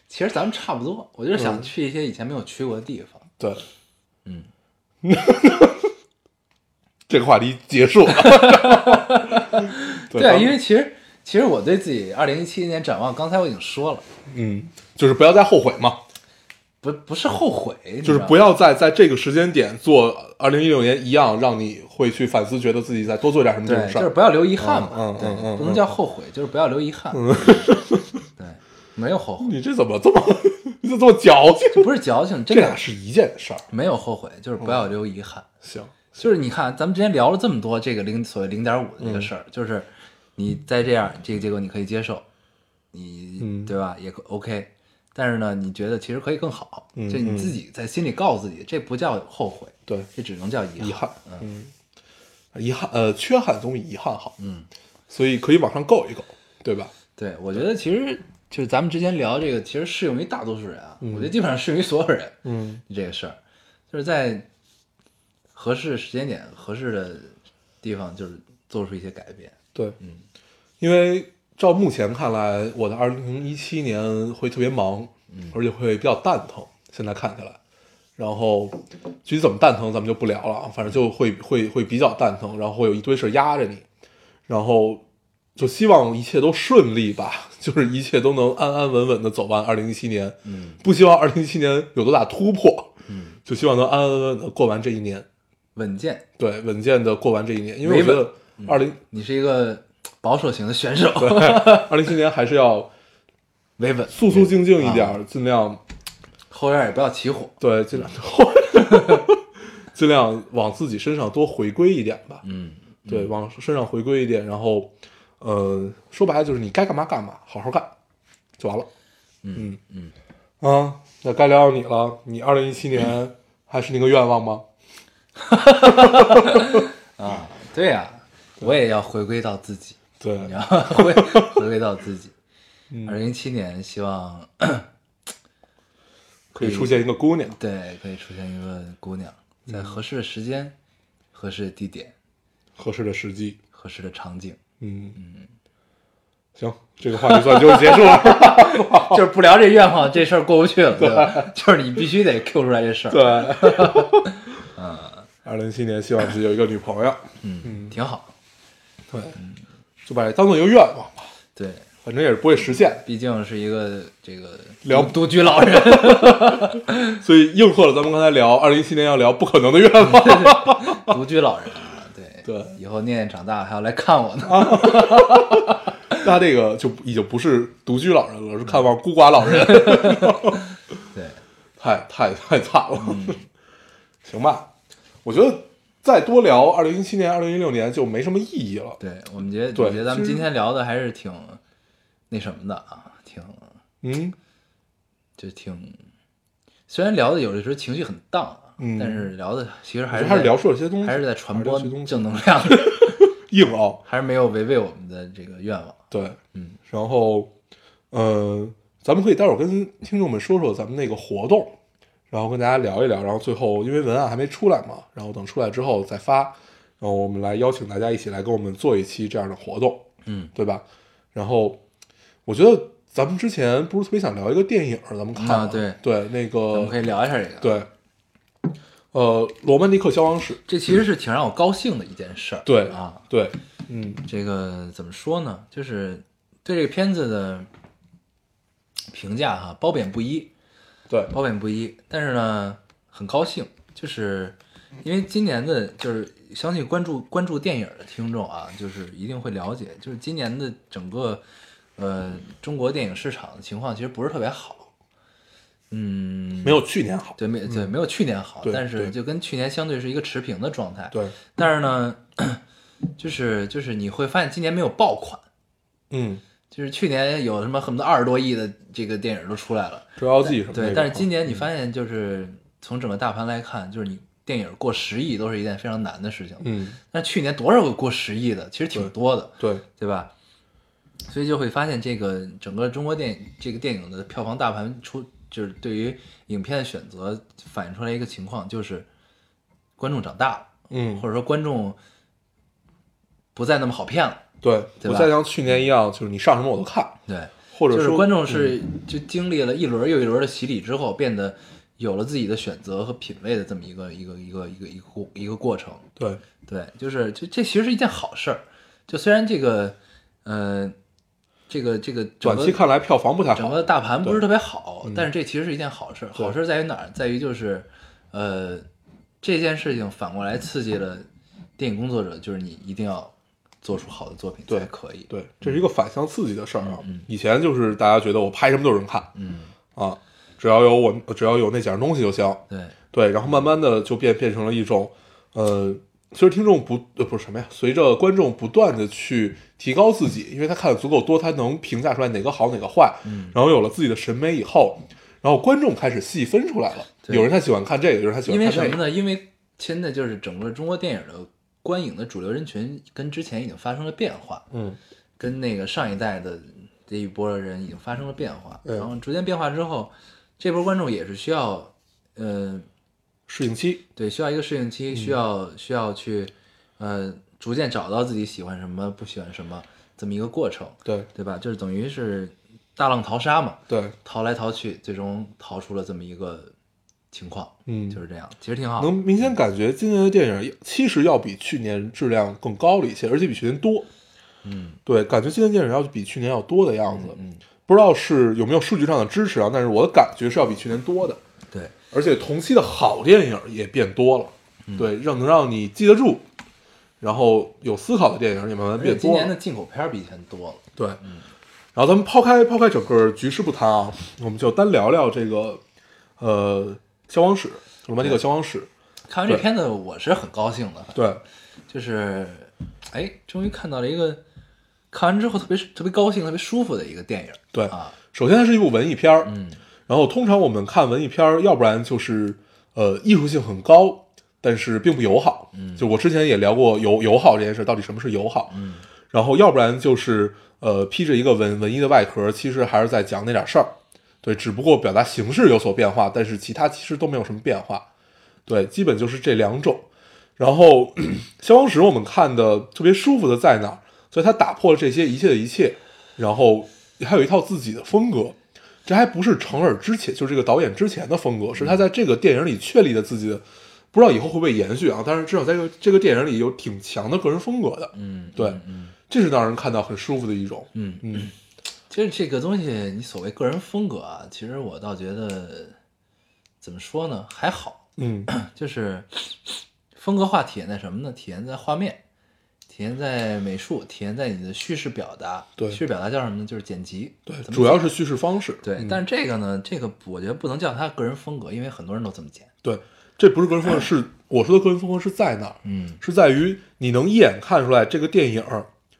[SPEAKER 2] 其实咱们差不多，我就是想
[SPEAKER 1] 嗯
[SPEAKER 2] 去一些以前没有去过的地方。
[SPEAKER 1] 对，
[SPEAKER 2] 嗯，
[SPEAKER 1] 这个话题结束了， 对咱
[SPEAKER 2] 对，啊
[SPEAKER 1] 们
[SPEAKER 2] 因为其实其实我对自己二零一七年展望，刚才我已经说了，
[SPEAKER 1] 嗯，就是不要再后悔嘛，
[SPEAKER 2] 不不是后悔，你
[SPEAKER 1] 就
[SPEAKER 2] 知
[SPEAKER 1] 是
[SPEAKER 2] 道
[SPEAKER 1] 不
[SPEAKER 2] 吗
[SPEAKER 1] 要再在这个时间点做二零一六年一样让你会去反思，觉得自己再多做点什么这种
[SPEAKER 2] 对，
[SPEAKER 1] 事
[SPEAKER 2] 就是
[SPEAKER 1] 儿。
[SPEAKER 2] 不要留遗憾嘛，
[SPEAKER 1] 嗯嗯
[SPEAKER 2] 对，
[SPEAKER 1] 嗯嗯
[SPEAKER 2] 不能叫后悔，就是不要留遗憾， 对，没有后悔，
[SPEAKER 1] 哦你这怎么这 么你怎么这么矫情？
[SPEAKER 2] 这不是矫情，
[SPEAKER 1] 这
[SPEAKER 2] 这
[SPEAKER 1] 俩
[SPEAKER 2] 个
[SPEAKER 1] 是嗯一件事儿。
[SPEAKER 2] 没有后悔，就是不要留遗憾。
[SPEAKER 1] 行，
[SPEAKER 2] 就是你看，咱们之前聊了这么多这个零所谓零点五
[SPEAKER 1] 嗯
[SPEAKER 2] 的这个事儿，就是你再这样，这个结果你可以接受，你、
[SPEAKER 1] 嗯
[SPEAKER 2] 对吧？也可 OK，但是呢，你觉得其实可以更好，
[SPEAKER 1] 嗯
[SPEAKER 2] 就你自己在心里告诉自己，这不叫后悔，
[SPEAKER 1] 对，
[SPEAKER 2] 这只能叫遗憾。
[SPEAKER 1] 遗憾，
[SPEAKER 2] 嗯，
[SPEAKER 1] 嗯，遗憾，呃，缺憾总比遗憾好，
[SPEAKER 2] 嗯，
[SPEAKER 1] 所以可以往上够一够，对吧？
[SPEAKER 2] 对，我觉得其实就是咱们之前聊这个，其实适用于大多数人啊，我觉得基本上适用于所有人。
[SPEAKER 1] 嗯，
[SPEAKER 2] 这个事儿，就是在合适的时间点、合适的地方，就是做出一些改变。
[SPEAKER 1] 对，嗯，因为照目前看来，我的二零一七年会特别忙，而且会比较蛋疼。现在看起来，然后具体怎么蛋疼咱们就不聊了啊，反正就会会会比较蛋疼，然后会有一堆事儿压着你，然后就希望一切都顺利吧， 就是一切都能安安稳稳的走完二零一七年。嗯，不希望二零一七年有多大突破，嗯，就希望能安安稳稳的过完这一年，
[SPEAKER 2] 稳健，
[SPEAKER 1] 对，稳健的过完这一年，因为我觉
[SPEAKER 2] 维稳
[SPEAKER 1] 得二零。
[SPEAKER 2] 你是一个保守型的选手，
[SPEAKER 1] 二零一七年还是要
[SPEAKER 2] 维稳，
[SPEAKER 1] 肃肃静静一点
[SPEAKER 2] 啊
[SPEAKER 1] 儿，尽量
[SPEAKER 2] 后院也不要起火。
[SPEAKER 1] 对，尽量尽量往自己身上多回归一点吧。
[SPEAKER 2] 嗯，
[SPEAKER 1] 对，往身上回归一点，然后，呃，说白了就是你该干嘛干嘛，好好干就完了。嗯
[SPEAKER 2] 嗯
[SPEAKER 1] 啊，那该聊聊你了，你二零一 七年还是那个愿望吗？
[SPEAKER 2] 啊，对呀、我也要回归到自己，
[SPEAKER 1] 对，
[SPEAKER 2] 你要 回回归到自己。二零一七年，希望
[SPEAKER 1] 可以出现一个姑娘，
[SPEAKER 2] 对可以出现一个姑娘，在合适的时间、合适的地点、
[SPEAKER 1] 合适的时机。
[SPEAKER 2] 合适的场景，
[SPEAKER 1] 嗯嗯，行，这个话题算就结束 了。哦
[SPEAKER 2] 就是不聊这愿望，这事儿过不去了，对吧？就是你必须得 Q 出来这事儿，
[SPEAKER 1] 对， 二零一七年希望自己有一个女朋友，
[SPEAKER 2] 嗯，挺好。
[SPEAKER 1] 对，就把这当做一个愿望吧，
[SPEAKER 2] 对，
[SPEAKER 1] 反正也是不会实现，
[SPEAKER 2] 毕竟是一个这个
[SPEAKER 1] 聊
[SPEAKER 2] 独独居老人，
[SPEAKER 1] 所以应和了咱们刚才聊二零一七年要聊不可能的愿 望。
[SPEAKER 2] 独居老人啊，对
[SPEAKER 1] 对
[SPEAKER 2] 以后念念长大还要来看我
[SPEAKER 1] 啊
[SPEAKER 2] 呢。
[SPEAKER 1] 那这个就已经不是独居老人了，是看望孤寡老人，
[SPEAKER 2] 对， 嗯
[SPEAKER 1] 太太太惨了。行吧，我觉得再多聊二零一七年、二零一六年就没什么意义了。
[SPEAKER 2] 对，我们觉得
[SPEAKER 1] 对
[SPEAKER 2] 我觉得咱们
[SPEAKER 1] 其实
[SPEAKER 2] 今天聊的还是挺那什么的啊，挺
[SPEAKER 1] 嗯，
[SPEAKER 2] 就挺，虽然聊的有的时候情绪很荡啊，
[SPEAKER 1] 嗯
[SPEAKER 2] 但是聊的其实
[SPEAKER 1] 我
[SPEAKER 2] 还
[SPEAKER 1] 觉
[SPEAKER 2] 是
[SPEAKER 1] 得还
[SPEAKER 2] 在
[SPEAKER 1] 是聊出了些东西，
[SPEAKER 2] 还是在传播
[SPEAKER 1] 还是聊出些东西
[SPEAKER 2] 正能量，
[SPEAKER 1] 硬凹。
[SPEAKER 2] 还是没有违背我们的这个愿望。
[SPEAKER 1] 对，
[SPEAKER 2] 嗯，
[SPEAKER 1] 然后，呃，咱们可以待会儿跟听众们说说咱们那个活动，然后跟大家聊一聊，然后最后因为文案还没出来嘛，然后等出来之后再发，然后我们来邀请大家一起来跟我们做一期这样的活动，
[SPEAKER 2] 嗯，
[SPEAKER 1] 对吧？然后我觉得咱们之前不是特别想聊一个电影儿，咱们看
[SPEAKER 2] 啊
[SPEAKER 1] 了
[SPEAKER 2] 对
[SPEAKER 1] 对那
[SPEAKER 2] 我们可
[SPEAKER 1] 个
[SPEAKER 2] 以聊一下这个。，
[SPEAKER 1] 对，呃，《罗曼蒂克消亡史》
[SPEAKER 2] 这其实是挺让我高兴的一件事儿。
[SPEAKER 1] 对
[SPEAKER 2] 啊，
[SPEAKER 1] 对，嗯
[SPEAKER 2] 这个怎么说呢？就是对这个片子的评价哈，褒贬不一，
[SPEAKER 1] 对，
[SPEAKER 2] 褒贬不一。但是呢，很高兴，就是因为今年的，就是相信关注关注电影的听众啊，就是一定会了解，就是今年的整个呃中国电影市场的情况其实不是特别好，嗯，
[SPEAKER 1] 没有去年好，
[SPEAKER 2] 对没对没有去年好，
[SPEAKER 1] 对
[SPEAKER 2] 但是
[SPEAKER 1] 对
[SPEAKER 2] 就跟去年相对是一个持平的状态，
[SPEAKER 1] 对，
[SPEAKER 2] 但是呢，就是就是你会发现今年没有爆款，
[SPEAKER 1] 嗯
[SPEAKER 2] 就是去年有什么恨不得二十多亿的这个电影都出来了，
[SPEAKER 1] 捉妖记什么嗯的。
[SPEAKER 2] 对，但是今年你发现就是从整个大盘来看，就是你电影过十亿都是一件非常难的事情。
[SPEAKER 1] 嗯，
[SPEAKER 2] 但去年多少个过十亿的，其实挺多的，
[SPEAKER 1] 对，
[SPEAKER 2] 对吧？所以就会发现这个整个中国电影这个电影的票房大盘出，就是对于影片的选择反映出来一个情况，就是观众长大了，
[SPEAKER 1] 嗯
[SPEAKER 2] 或，者说观众不再那么好骗了，
[SPEAKER 1] 对，
[SPEAKER 2] 对
[SPEAKER 1] 不
[SPEAKER 2] 吧
[SPEAKER 1] 再像去年一样，就是你上什么我都看，
[SPEAKER 2] 对。
[SPEAKER 1] 或者
[SPEAKER 2] 就是
[SPEAKER 1] 说嗯
[SPEAKER 2] 观众是就经历了一轮又一轮的洗礼之后，变得有了自己的选择和品味的这么一个一个一个一个一个过一个过程。
[SPEAKER 1] 对，
[SPEAKER 2] 对，就是就这其实是一件好事儿。就虽然这个呃这个这个整
[SPEAKER 1] 短
[SPEAKER 2] 个
[SPEAKER 1] 期看来票房不太
[SPEAKER 2] 整
[SPEAKER 1] 好
[SPEAKER 2] 个，大盘不是
[SPEAKER 1] 啊对嗯
[SPEAKER 2] 特别好，但是这其实是一件好事儿。
[SPEAKER 1] 对
[SPEAKER 2] 好事儿在于哪儿？在于就是呃这件事情反过来刺激了电影工作者，就是你一定要做出好的嗯作品
[SPEAKER 1] 对
[SPEAKER 2] 才可以。
[SPEAKER 1] 对，这是一个反向刺激的事儿啊。以前就是大家觉得我拍什么都有人看，
[SPEAKER 2] 嗯，
[SPEAKER 1] 啊，只要有我，只要有那几样东西就行。
[SPEAKER 2] 对，
[SPEAKER 1] 对，然后慢慢的就变变成了一种，呃，其实听众不呃不是什么呀，随着观众不断的去提高自己，因为他看的足够多，他能评价出来哪个好哪个坏，
[SPEAKER 2] 嗯
[SPEAKER 1] 然后有了自己的审美以后，然后观众开始细分出来了，
[SPEAKER 2] 对
[SPEAKER 1] 有人他喜欢看这个，有人他喜欢
[SPEAKER 2] 因为
[SPEAKER 1] 看
[SPEAKER 2] 什
[SPEAKER 1] 那
[SPEAKER 2] 么
[SPEAKER 1] 个，
[SPEAKER 2] 呢？因为现在就是整个中国电影的观影的主流人群跟之前已经发生了变化，
[SPEAKER 1] 嗯，
[SPEAKER 2] 跟那个上一代的这一波人已经发生了变化，
[SPEAKER 1] 嗯
[SPEAKER 2] 然后逐渐变化之后，这波观众也是需要，呃，
[SPEAKER 1] 适应期，
[SPEAKER 2] 对，需要一个适应期，
[SPEAKER 1] 嗯
[SPEAKER 2] 需要、需要去，呃，逐渐找到自己喜欢什么、不喜欢什么这么一个过程，
[SPEAKER 1] 对
[SPEAKER 2] 对吧？就是等于是大浪淘沙嘛，
[SPEAKER 1] 对，
[SPEAKER 2] 淘来淘去，最终淘出了这么一个情况，
[SPEAKER 1] 嗯，
[SPEAKER 2] 就是这样，其实挺好。
[SPEAKER 1] 能明显感觉今年的电影其实要比去年质量更高了一些，而且比去年多。
[SPEAKER 2] 嗯，
[SPEAKER 1] 对，感觉今年电影要比去年要多的样子。
[SPEAKER 2] 嗯，
[SPEAKER 1] 不知道是有没有数据上的支持啊，但是我的感觉是要比去年多的，
[SPEAKER 2] 对。
[SPEAKER 1] 而且同期的好电影也变多了。
[SPEAKER 2] 嗯
[SPEAKER 1] 对，让能让你记得住，然后有思考的电影也慢慢
[SPEAKER 2] 而且
[SPEAKER 1] 变
[SPEAKER 2] 今
[SPEAKER 1] 多
[SPEAKER 2] 年的嗯
[SPEAKER 1] 了。
[SPEAKER 2] 进口片儿比以前多了。
[SPEAKER 1] 对，然后咱们抛开抛开整个局势不谈啊，我们就单聊聊这个呃《消亡史》罗曼蒂克《消亡史》。
[SPEAKER 2] 看完这
[SPEAKER 1] 对
[SPEAKER 2] 片子，我是很高兴的，
[SPEAKER 1] 对，
[SPEAKER 2] 就是，哎，终于看到了一个看完之后特别特别高兴、特别舒服的一个电影。
[SPEAKER 1] 对
[SPEAKER 2] 啊，
[SPEAKER 1] 首先它是一部文艺片儿，
[SPEAKER 2] 嗯，
[SPEAKER 1] 然后通常我们看文艺片儿，要不然就是呃艺术性很高，但是并不友好，嗯，就我之前也聊过友友好这件事，到底什么是友好，嗯，然后要不然就是呃披着一个文文艺的外壳，其实还是在讲那点事儿，对，只不过表达形式有所变化，但是其他其实都没有什么变化，对，基本就是这两种。然后《消亡史》我们看的特别舒服的在哪儿？所以它打破了这些一切的一切，然后还有一套自己的风格。这还不是成尔之前，就是这个导演之前的风格，是他在这个电影里确立了自己的，不知道以后会不会延续啊？但是至少在这个这个电影里有挺强的个人风格的，
[SPEAKER 2] 嗯，
[SPEAKER 1] 对
[SPEAKER 2] 嗯嗯
[SPEAKER 1] 这是让人看到很舒服的一种。
[SPEAKER 2] 嗯，
[SPEAKER 1] 嗯，
[SPEAKER 2] 其实这个东西，你所谓个人风格啊，其实我倒觉得怎么说呢，还好，
[SPEAKER 1] 嗯，
[SPEAKER 2] 就是风格化体现在什么呢？体现在画面。体现在美术，体现在你的叙事表达。
[SPEAKER 1] 对
[SPEAKER 2] 叙事表达叫什么呢？就是剪辑。
[SPEAKER 1] 对，
[SPEAKER 2] 怎么
[SPEAKER 1] 主要是叙事方式。嗯
[SPEAKER 2] 对，但是这个呢，这个我觉得不能叫他个人风格，因为很多人都这么剪。
[SPEAKER 1] 对，这不是个人风格，是我说的个人风格是在哪儿？
[SPEAKER 2] 嗯，
[SPEAKER 1] 是在于你能一眼看出来这个电影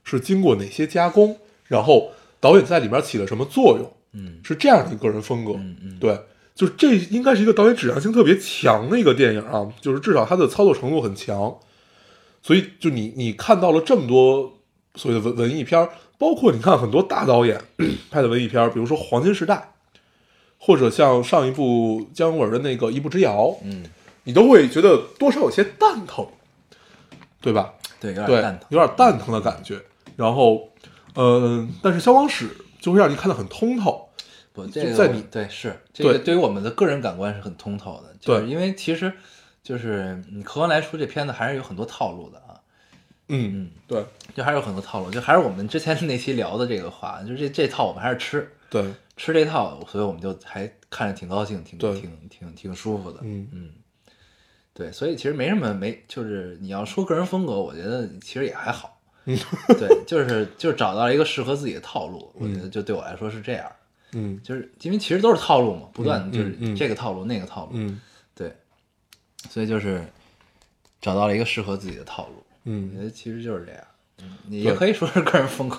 [SPEAKER 1] 是经过哪些加工，然后导演在里面起了什么作用，
[SPEAKER 2] 嗯，
[SPEAKER 1] 是这样的一个个人风格，
[SPEAKER 2] 嗯嗯
[SPEAKER 1] 对，就是这应该是一个导演指向性特别强的一个电影啊，就是至少它的操作程度很强，所以就你你看到了这么多所谓的文文艺片儿，包括你看很多大导演 拍的文艺片儿，比如说《黄金时代》。或者像上一部姜文的那个《一步之遥》，
[SPEAKER 2] 嗯，
[SPEAKER 1] 你都会觉得多少有些蛋疼，对吧？
[SPEAKER 2] 对，有
[SPEAKER 1] 对
[SPEAKER 2] 点蛋，疼。
[SPEAKER 1] 有点蛋疼的感觉。然后，呃，但是消亡史就会让你看得很通透。
[SPEAKER 2] 不，
[SPEAKER 1] 就
[SPEAKER 2] 这个
[SPEAKER 1] 在
[SPEAKER 2] 我
[SPEAKER 1] 你
[SPEAKER 2] 对是这个
[SPEAKER 1] 对
[SPEAKER 2] 对于我们的个人感官是很通透的，就是
[SPEAKER 1] 对
[SPEAKER 2] 因为其实就是你客观来说，这片子还是有很多套路的啊，
[SPEAKER 1] 嗯，对
[SPEAKER 2] 就还是有很多套路，就还是我们之前那期聊的这个话，就是这这套我们还是吃
[SPEAKER 1] 对，
[SPEAKER 2] 吃这套，所以我们就还看着挺高兴，挺
[SPEAKER 1] 对
[SPEAKER 2] 挺挺挺舒服的，
[SPEAKER 1] 嗯
[SPEAKER 2] 对，所以其实没什么没，就是你要说个人风格，我觉得其实也还好，
[SPEAKER 1] 嗯
[SPEAKER 2] 对，就是就是找到了一个适合自己的套路，我觉得就对我来说是这样。
[SPEAKER 1] 嗯
[SPEAKER 2] 就是因为其实都是套路嘛，不断
[SPEAKER 1] 嗯
[SPEAKER 2] 就
[SPEAKER 1] 嗯
[SPEAKER 2] 是这个套路、那个套路，
[SPEAKER 1] 嗯
[SPEAKER 2] 对，所以就是找到了一个适合自己的套路，我
[SPEAKER 1] 嗯
[SPEAKER 2] 觉得其实就是这样，嗯你也可以说是个人风格，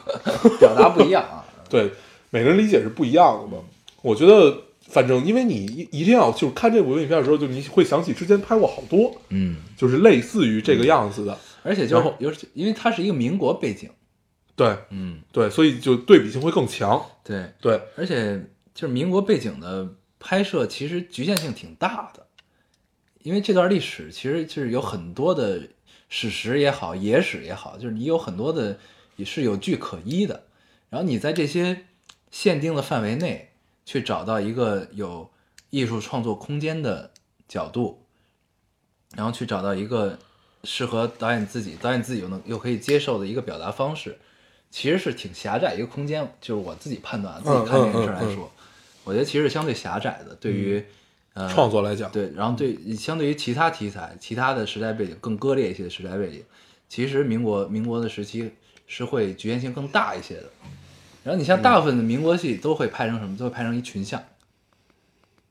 [SPEAKER 2] 表达不一样啊，
[SPEAKER 1] 对，每个人理解是不一样的嘛。我觉得，反正因为你一一定要就是看这部影片的时候，就你会想起之前拍过好多，
[SPEAKER 2] 嗯，
[SPEAKER 1] 就是类似于这个样子的。
[SPEAKER 2] 而且就
[SPEAKER 1] 然
[SPEAKER 2] 是
[SPEAKER 1] 后
[SPEAKER 2] 尤其因为它是一个民国背景，
[SPEAKER 1] 对
[SPEAKER 2] 嗯，
[SPEAKER 1] 对，所以就对比性会更强。
[SPEAKER 2] 对，
[SPEAKER 1] 对，
[SPEAKER 2] 而且就是民国背景的拍摄其实局限性挺大的，因为这段历史其实就是有很多的史实也好，野史也好，就是你有很多的也是有据可依的，然后你在这些限定的范围内去找到一个有艺术创作空间的角度，然后去找到一个适合导演自己、导演自己又能又可以接受的一个表达方式，其实是挺狭窄一个空间。就是我自己判断啊，自己看这件事儿来说，
[SPEAKER 1] 嗯嗯
[SPEAKER 2] 我觉得其实是相对狭窄的。对于、呃
[SPEAKER 1] 嗯创作来讲，
[SPEAKER 2] 对，然后对相对于其他题材、其他的时代背景更割裂一些的时代背景，其实民国民国的时期是会局限性更大一些的。然后你像大部分的民国戏都会拍成什么？都会拍成一群像，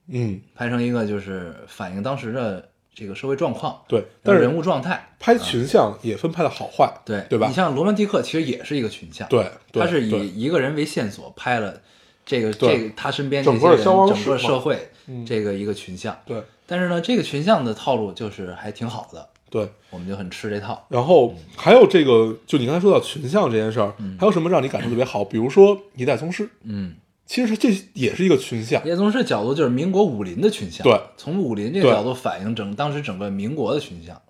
[SPEAKER 1] 嗯，
[SPEAKER 2] 拍成一个就是反映当时的这个社会状况，
[SPEAKER 1] 对。
[SPEAKER 2] 然
[SPEAKER 1] 但
[SPEAKER 2] 后
[SPEAKER 1] 是
[SPEAKER 2] 人物状态，
[SPEAKER 1] 拍群像也分拍的好坏，
[SPEAKER 2] 对
[SPEAKER 1] 对吧
[SPEAKER 2] 你？像《罗曼蒂克》其实也是一个群像，
[SPEAKER 1] 对对
[SPEAKER 2] 他是
[SPEAKER 1] 对
[SPEAKER 2] 以一个人为线索拍了这个
[SPEAKER 1] 对
[SPEAKER 2] 这个他身边这
[SPEAKER 1] 整
[SPEAKER 2] 些
[SPEAKER 1] 个
[SPEAKER 2] 人
[SPEAKER 1] 消亡
[SPEAKER 2] 整
[SPEAKER 1] 史
[SPEAKER 2] 个
[SPEAKER 1] 嘛嗯
[SPEAKER 2] 社会这个一个群像。
[SPEAKER 1] 对
[SPEAKER 2] 但是呢，这个群像的套路就是还挺好的，
[SPEAKER 1] 对。
[SPEAKER 2] 我们就很吃这套。
[SPEAKER 1] 然后还有这个，就你刚才说到群像这件事儿，还有什么让你感受特别好？比如说《一代宗师》，
[SPEAKER 2] 嗯，
[SPEAKER 1] 其实这也是一个群像，
[SPEAKER 2] 叶宗师角度就是民国武林的群像，
[SPEAKER 1] 对，
[SPEAKER 2] 从武林这个
[SPEAKER 1] 对
[SPEAKER 2] 角度反映整当时整个民国的群像。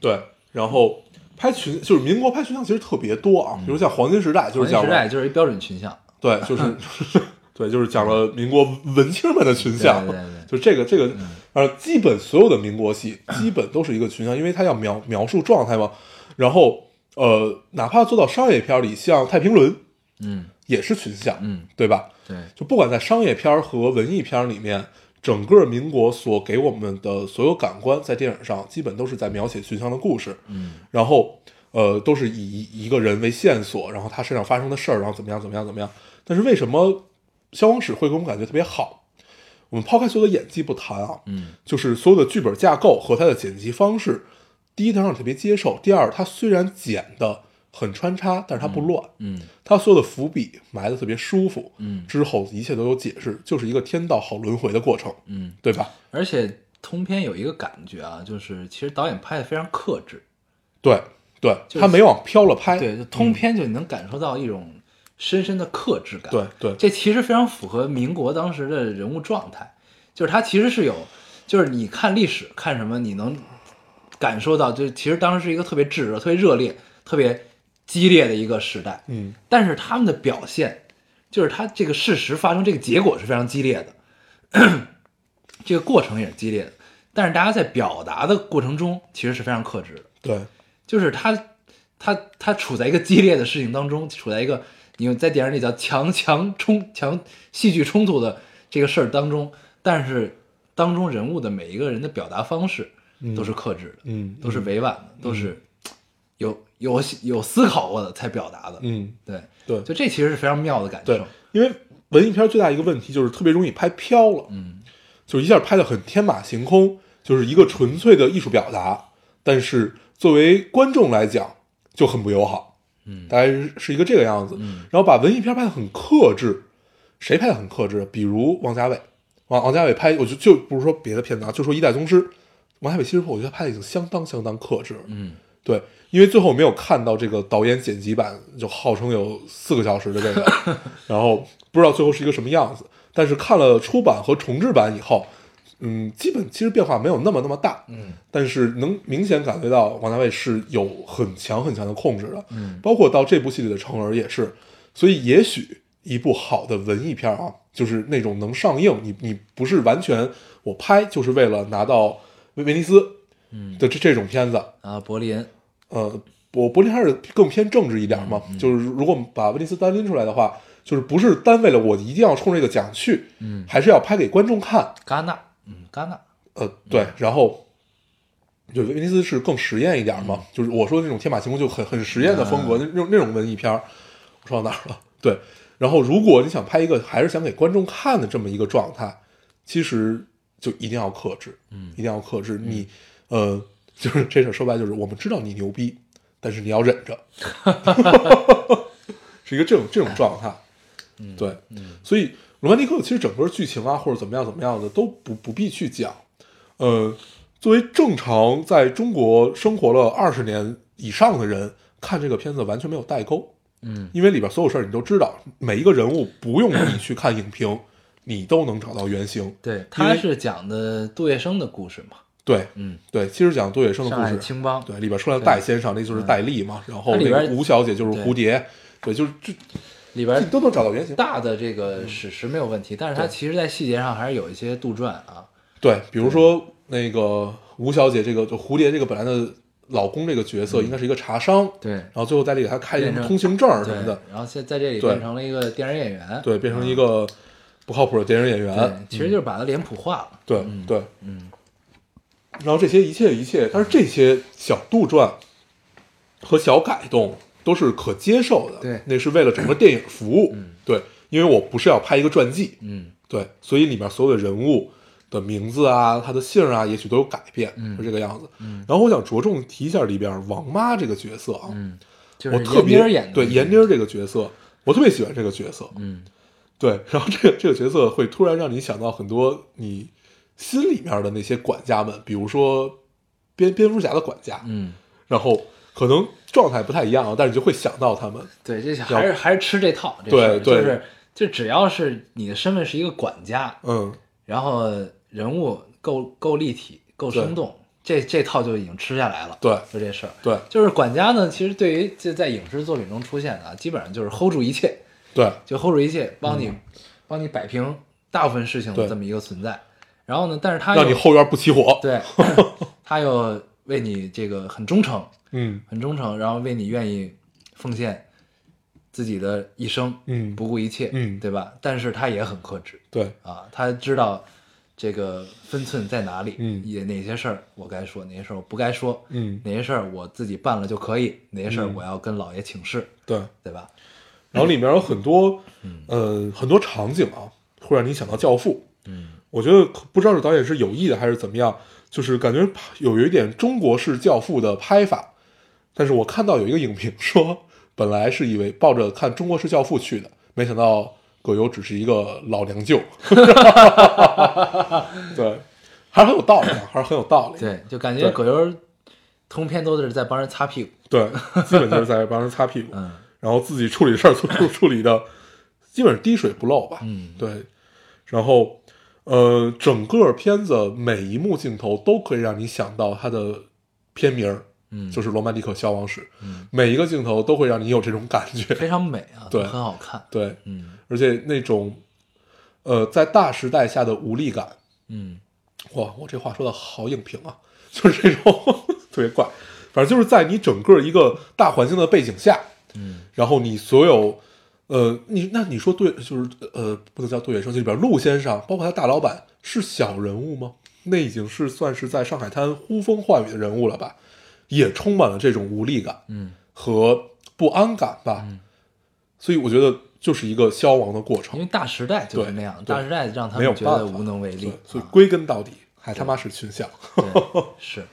[SPEAKER 1] 对。然后拍群就是民国拍群像其实特别多啊，比如像黄金时代就是
[SPEAKER 2] 黄金
[SPEAKER 1] 讲
[SPEAKER 2] 时代
[SPEAKER 1] 了，
[SPEAKER 2] 就是一标准群像，
[SPEAKER 1] 对，就是 对，就是讲了民国文青们的群像
[SPEAKER 2] 对对嗯对，
[SPEAKER 1] 就这个这个呃，基本所有的民国戏基本都是一个群像，因为它要描描述状态嘛。然后呃，哪怕做到商业片儿里，像《太平轮》
[SPEAKER 2] 嗯
[SPEAKER 1] 也是群像，
[SPEAKER 2] 嗯，
[SPEAKER 1] 对吧？
[SPEAKER 2] 对，
[SPEAKER 1] 就不管在商业片儿和文艺片儿里面，整个民国所给我们的所有感官，在电影上基本都是在描写寻常的故事，
[SPEAKER 2] 嗯，
[SPEAKER 1] 然后呃，都是以一个人为线索，然后他身上发生的事儿，然后怎么样怎么样怎么样。但是为什么消亡史会给我们感觉特别好？我们抛开所有的演技不谈啊，
[SPEAKER 2] 嗯
[SPEAKER 1] 就是所有的剧本架构和它的剪辑方式，第一，它让你特别接受；第二，它虽然剪的很穿插，但是它不乱，
[SPEAKER 2] 嗯
[SPEAKER 1] 它所有的伏笔埋的特别舒服，
[SPEAKER 2] 嗯
[SPEAKER 1] 之后一切都有解释，就是一个天道好轮回的过程，
[SPEAKER 2] 嗯，
[SPEAKER 1] 对吧？
[SPEAKER 2] 而且通篇有一个感觉啊，就是其实导演拍的非常克制，
[SPEAKER 1] 对对，
[SPEAKER 2] 就是
[SPEAKER 1] 他没往飘了拍，嗯
[SPEAKER 2] 对，就通篇就你能感受到一种深深的克制感。
[SPEAKER 1] 对对
[SPEAKER 2] 这其实非常符合民国当时的人物状态，就是他其实是有，就是你看历史看什么，你能感受到，就其实当时是一个特别炙热、特别热烈、特别激烈的一个时代。
[SPEAKER 1] 嗯，
[SPEAKER 2] 但是他们的表现，就是他这个事实发生这个结果是非常激烈的， 这个过程也是激烈的，但是大家在表达的过程中其实是非常克制的。
[SPEAKER 1] 对
[SPEAKER 2] 就是他他他处在一个激烈的事情当中，处在一个你们在电影里叫强强冲强戏剧冲突的这个事儿当中，但是当中人物的每一个人的表达方式都是克制的，
[SPEAKER 1] 嗯
[SPEAKER 2] 都是委婉的，都是有有有思考过的才表达的，
[SPEAKER 1] 嗯
[SPEAKER 2] 对
[SPEAKER 1] 对
[SPEAKER 2] 就这其实是非常妙的感
[SPEAKER 1] 对
[SPEAKER 2] 受，，
[SPEAKER 1] 因为文艺片最大一个问题就是特别容易拍飘了，
[SPEAKER 2] 嗯，
[SPEAKER 1] 就是一下拍的很天马行空，就是一个纯粹的艺术表达，但是作为观众来讲就很不友好，
[SPEAKER 2] 嗯
[SPEAKER 1] 大概是是一个这个样子。然后把文艺片拍的很克制，谁拍的很克制？比如王家卫，王王家卫拍，我就就不是说别的片子啊，就说《一代宗师》，王家卫其实我觉得他拍的已经相当相当克制了，
[SPEAKER 2] 嗯，
[SPEAKER 1] 对，因为最后没有看到这个导演剪辑版，就号称有四个小时的这 个，然后不知道最后是一个什么样子。但是看了出版和重制版以后，嗯，基本其实变化没有那么那么大，嗯，但是能明显感觉到王家卫是有很强很强的控制的，嗯，包括到这部戏里的成儿也是，所以也许一部好的文艺片儿啊，就是那种能上映，你你不是完全我拍就是为了拿到威威尼斯，嗯的这这种片子，
[SPEAKER 2] 啊，柏林，
[SPEAKER 1] 呃，我柏林还是更偏政治一点嘛，就是如果把威尼斯单拎出来的话，就是不是单为了我一定要冲这个奖去，
[SPEAKER 2] 嗯，
[SPEAKER 1] 还是要拍给观众看，
[SPEAKER 2] 戛纳，嗯，戛纳，
[SPEAKER 1] 呃，对，然后就威尼斯是更实验一点嘛，就是我说的那种天马行空就很很实验的风格，那那种那种文艺片儿，我说到哪儿了？对，然后如果你想拍一个还是想给观众看的这么一个状态，其实就一定要克制，嗯，一定要克制。你，呃， 就是这事儿说白了就是我们知道你牛逼， 但是你要忍着，是一个这种这种状态。
[SPEAKER 2] 嗯，
[SPEAKER 1] 对，
[SPEAKER 2] 嗯
[SPEAKER 1] 所以《罗曼蒂克》其实整个剧情啊，或者怎么样怎么样的都不不必去讲。呃，作为正常在中国生活了二十年以上的人，看这个片子完全没有代沟，
[SPEAKER 2] 嗯
[SPEAKER 1] 因为里边所有事儿你都知道，每一个人物不用你去看影评，你都能找到原型。
[SPEAKER 2] 对，
[SPEAKER 1] 因
[SPEAKER 2] 他
[SPEAKER 1] 为
[SPEAKER 2] 是讲的杜月笙的故事嘛，
[SPEAKER 1] 对
[SPEAKER 2] 嗯，
[SPEAKER 1] 对，其实讲杜月笙的
[SPEAKER 2] 上海
[SPEAKER 1] 故事，
[SPEAKER 2] 青帮，
[SPEAKER 1] 对，里边出来戴先生，那就是戴笠嘛，然后
[SPEAKER 2] 它里
[SPEAKER 1] 那
[SPEAKER 2] 边
[SPEAKER 1] 个吴小姐就是
[SPEAKER 2] 对
[SPEAKER 1] 蝴蝶，对，就是这
[SPEAKER 2] 里
[SPEAKER 1] 这
[SPEAKER 2] 边
[SPEAKER 1] 你都能找到原型。
[SPEAKER 2] 大的这个史实没有问题，但是它
[SPEAKER 1] 嗯对
[SPEAKER 2] 其实在细节上还是有一些杜撰啊，
[SPEAKER 1] 对，比如说那个吴小姐这个就蝴蝶这个本来的老公这个角色应该是一个茶商，
[SPEAKER 2] 嗯对
[SPEAKER 1] 然后最后在里给他开一
[SPEAKER 2] 变
[SPEAKER 1] 个
[SPEAKER 2] 成
[SPEAKER 1] 通行证儿什
[SPEAKER 2] 对
[SPEAKER 1] 么的，，
[SPEAKER 2] 然后现在这里
[SPEAKER 1] 对
[SPEAKER 2] 变成了一个电影演员，
[SPEAKER 1] 对，啊变成一个不靠谱的电影演
[SPEAKER 2] 对
[SPEAKER 1] 员，，
[SPEAKER 2] 其实就是把它脸谱化了，
[SPEAKER 1] 对
[SPEAKER 2] 嗯
[SPEAKER 1] 对。
[SPEAKER 2] 嗯
[SPEAKER 1] 然后这些一切一切，但是这些小杜撰和小改动都是可接受的，
[SPEAKER 2] 对
[SPEAKER 1] 那是为了整个电影服务，对，因为我不是要拍一个传记，
[SPEAKER 2] 嗯
[SPEAKER 1] 对，所以里面所有的人物的名字啊，他的姓儿啊，也许都有改变，
[SPEAKER 2] 嗯
[SPEAKER 1] 是这个样子。
[SPEAKER 2] 嗯
[SPEAKER 1] 然后我想着重提一下里边王妈这个角色啊，
[SPEAKER 2] 嗯，就
[SPEAKER 1] 我
[SPEAKER 2] 是
[SPEAKER 1] 特
[SPEAKER 2] 闫妮
[SPEAKER 1] 别
[SPEAKER 2] 儿演的，
[SPEAKER 1] 对闫妮，儿这个角色，我特别喜欢这个角色。
[SPEAKER 2] 嗯
[SPEAKER 1] 对，然后这个这个角色会突然让你想到很多你心里面的那些管家们，比如说蝙蝙蝠侠的管家，
[SPEAKER 2] 嗯，
[SPEAKER 1] 然后可能状态不太一样啊，但是你就会想到他们。
[SPEAKER 2] 对，这还是还是吃这套，这
[SPEAKER 1] 对
[SPEAKER 2] 事儿
[SPEAKER 1] 对
[SPEAKER 2] 就是就只要是你的身份是一个管家，
[SPEAKER 1] 嗯，
[SPEAKER 2] 然后人物够够立体、够生动，这这套就已经吃下来了。
[SPEAKER 1] 对
[SPEAKER 2] 就这事儿。
[SPEAKER 1] 对
[SPEAKER 2] 就是管家呢，其实对于就在影视作品中出现的啊，基本上就是 hold 住一切，
[SPEAKER 1] 对
[SPEAKER 2] 就 hold 住一切，帮你、帮你摆平大部分事情的
[SPEAKER 1] 嗯对
[SPEAKER 2] 这么一个存在。然后呢，但是他又
[SPEAKER 1] 让你后院不起火。
[SPEAKER 2] 哎 对，他又为你这个很忠诚，
[SPEAKER 1] 嗯
[SPEAKER 2] 很忠诚，然后为你愿意奉献自己的一生，
[SPEAKER 1] 嗯
[SPEAKER 2] 不顾一切，
[SPEAKER 1] 嗯
[SPEAKER 2] 对吧？但是他也很克制，
[SPEAKER 1] 对
[SPEAKER 2] 啊，他知道这个分寸在哪里，
[SPEAKER 1] 嗯
[SPEAKER 2] 也哪些事儿我该说，哪些事儿我不该说，
[SPEAKER 1] 嗯
[SPEAKER 2] 哪些事儿我自己办了就可以，哪些事儿我要跟老爷请示，
[SPEAKER 1] 对，
[SPEAKER 2] 对吧？
[SPEAKER 1] 然后里面有很多，呃，很多场景啊，会让你想到《教父》。
[SPEAKER 2] 嗯
[SPEAKER 1] 我觉得可不知道是导演是有意的还是怎么样，就是感觉有有一点中国式教父的拍法。但是我看到有一个影评说，本来是以为抱着看中国式教父去的，没想到葛优只是一个老娘舅。 对，还是很有道理啊，还是很有道理。
[SPEAKER 2] 对，就感觉
[SPEAKER 1] 对
[SPEAKER 2] 葛优通篇都是在帮人擦屁股，
[SPEAKER 1] 对，基本就是在帮人擦屁股，
[SPEAKER 2] 嗯
[SPEAKER 1] 然后自己处理事儿处 处处理的，基本是滴水不漏吧。
[SPEAKER 2] 嗯，
[SPEAKER 1] 对，然后呃，整个片子每一幕镜头都可以让你想到它的片名儿，
[SPEAKER 2] 嗯
[SPEAKER 1] 就是《罗曼蒂克消亡史》
[SPEAKER 2] 嗯
[SPEAKER 1] 每一个镜头都会让你有这种感觉。
[SPEAKER 2] 非常美啊，
[SPEAKER 1] 对
[SPEAKER 2] 很好看，
[SPEAKER 1] 对，
[SPEAKER 2] 嗯
[SPEAKER 1] 而且那种呃，在大时代下的无力感，
[SPEAKER 2] 嗯
[SPEAKER 1] 哇，我这话说的好影评啊，就是这种特别怪，反正就是在你整个一个大环境的背景下，
[SPEAKER 2] 嗯
[SPEAKER 1] 然后你所有，呃，你那你说对，就是呃，不能叫对生，就里边陆先生，包括他大老板是小人物吗？那已经是算是在上海滩呼风唤雨的人物了吧，也充满了这种无力感
[SPEAKER 2] 嗯，
[SPEAKER 1] 和不安感吧。所以我觉得就是一个消亡的过
[SPEAKER 2] 因
[SPEAKER 1] 程
[SPEAKER 2] 为，大时代就是
[SPEAKER 1] 对
[SPEAKER 2] 那样，
[SPEAKER 1] 对
[SPEAKER 2] 大时代让他
[SPEAKER 1] 没有
[SPEAKER 2] 们
[SPEAKER 1] 办
[SPEAKER 2] 觉
[SPEAKER 1] 法
[SPEAKER 2] 得无能为力
[SPEAKER 1] 对，所以
[SPEAKER 2] 啊
[SPEAKER 1] 归根到底还他妈是群像。
[SPEAKER 2] 对是，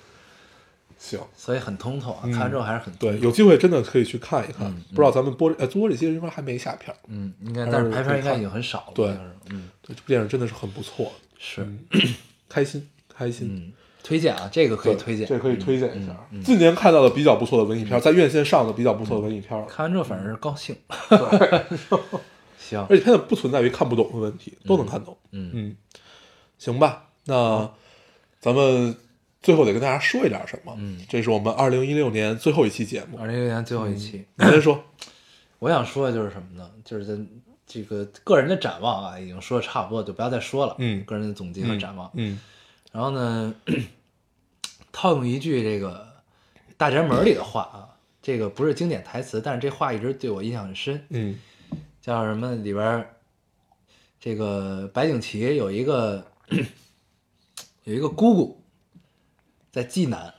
[SPEAKER 1] 行，
[SPEAKER 2] 所以很通透啊，看完之后还是很通
[SPEAKER 1] 嗯对，
[SPEAKER 2] 透，
[SPEAKER 1] 有机会真的可以去看一看。
[SPEAKER 2] 嗯
[SPEAKER 1] 不知道咱们播呃播这些应该还没下片儿，
[SPEAKER 2] 嗯，应该
[SPEAKER 1] 还
[SPEAKER 2] 但是
[SPEAKER 1] 是
[SPEAKER 2] 排片
[SPEAKER 1] 会
[SPEAKER 2] 应该
[SPEAKER 1] 看
[SPEAKER 2] 已经很少了，
[SPEAKER 1] 对嗯
[SPEAKER 2] 应该是嗯。
[SPEAKER 1] 对，这部电影真的是很不错，
[SPEAKER 2] 是，
[SPEAKER 1] 开心开心。
[SPEAKER 2] 嗯，推荐啊，这个可以推荐，
[SPEAKER 1] 这可以推荐一下。
[SPEAKER 2] 嗯嗯嗯
[SPEAKER 1] 近年看到的比较不错的文艺片，在院线上的比较不错的文艺片，
[SPEAKER 2] 看完之后反正是高 兴。 行，
[SPEAKER 1] 而且片子不存在于看不懂的问题，都能看懂。
[SPEAKER 2] 嗯
[SPEAKER 1] 嗯，行吧，那咱们最后得跟大家说一点什么。
[SPEAKER 2] 嗯
[SPEAKER 1] 这是我们二零一六年最后一期节目
[SPEAKER 2] 二，零一六年最后一期，
[SPEAKER 1] 您 先说。
[SPEAKER 2] 我想说的就是什么呢？就是咱这个个人的展望啊，已经说的差不多，就不要再说了。
[SPEAKER 1] 嗯
[SPEAKER 2] 个人的总结和展望。
[SPEAKER 1] 嗯
[SPEAKER 2] 然后呢， 套用一句这个《大宅门》里的话啊，这个不是经典台词，但是这话一直对我印象很深。
[SPEAKER 1] 嗯
[SPEAKER 2] 叫什么里边儿，这个白景琦有一个 有一个姑姑在济南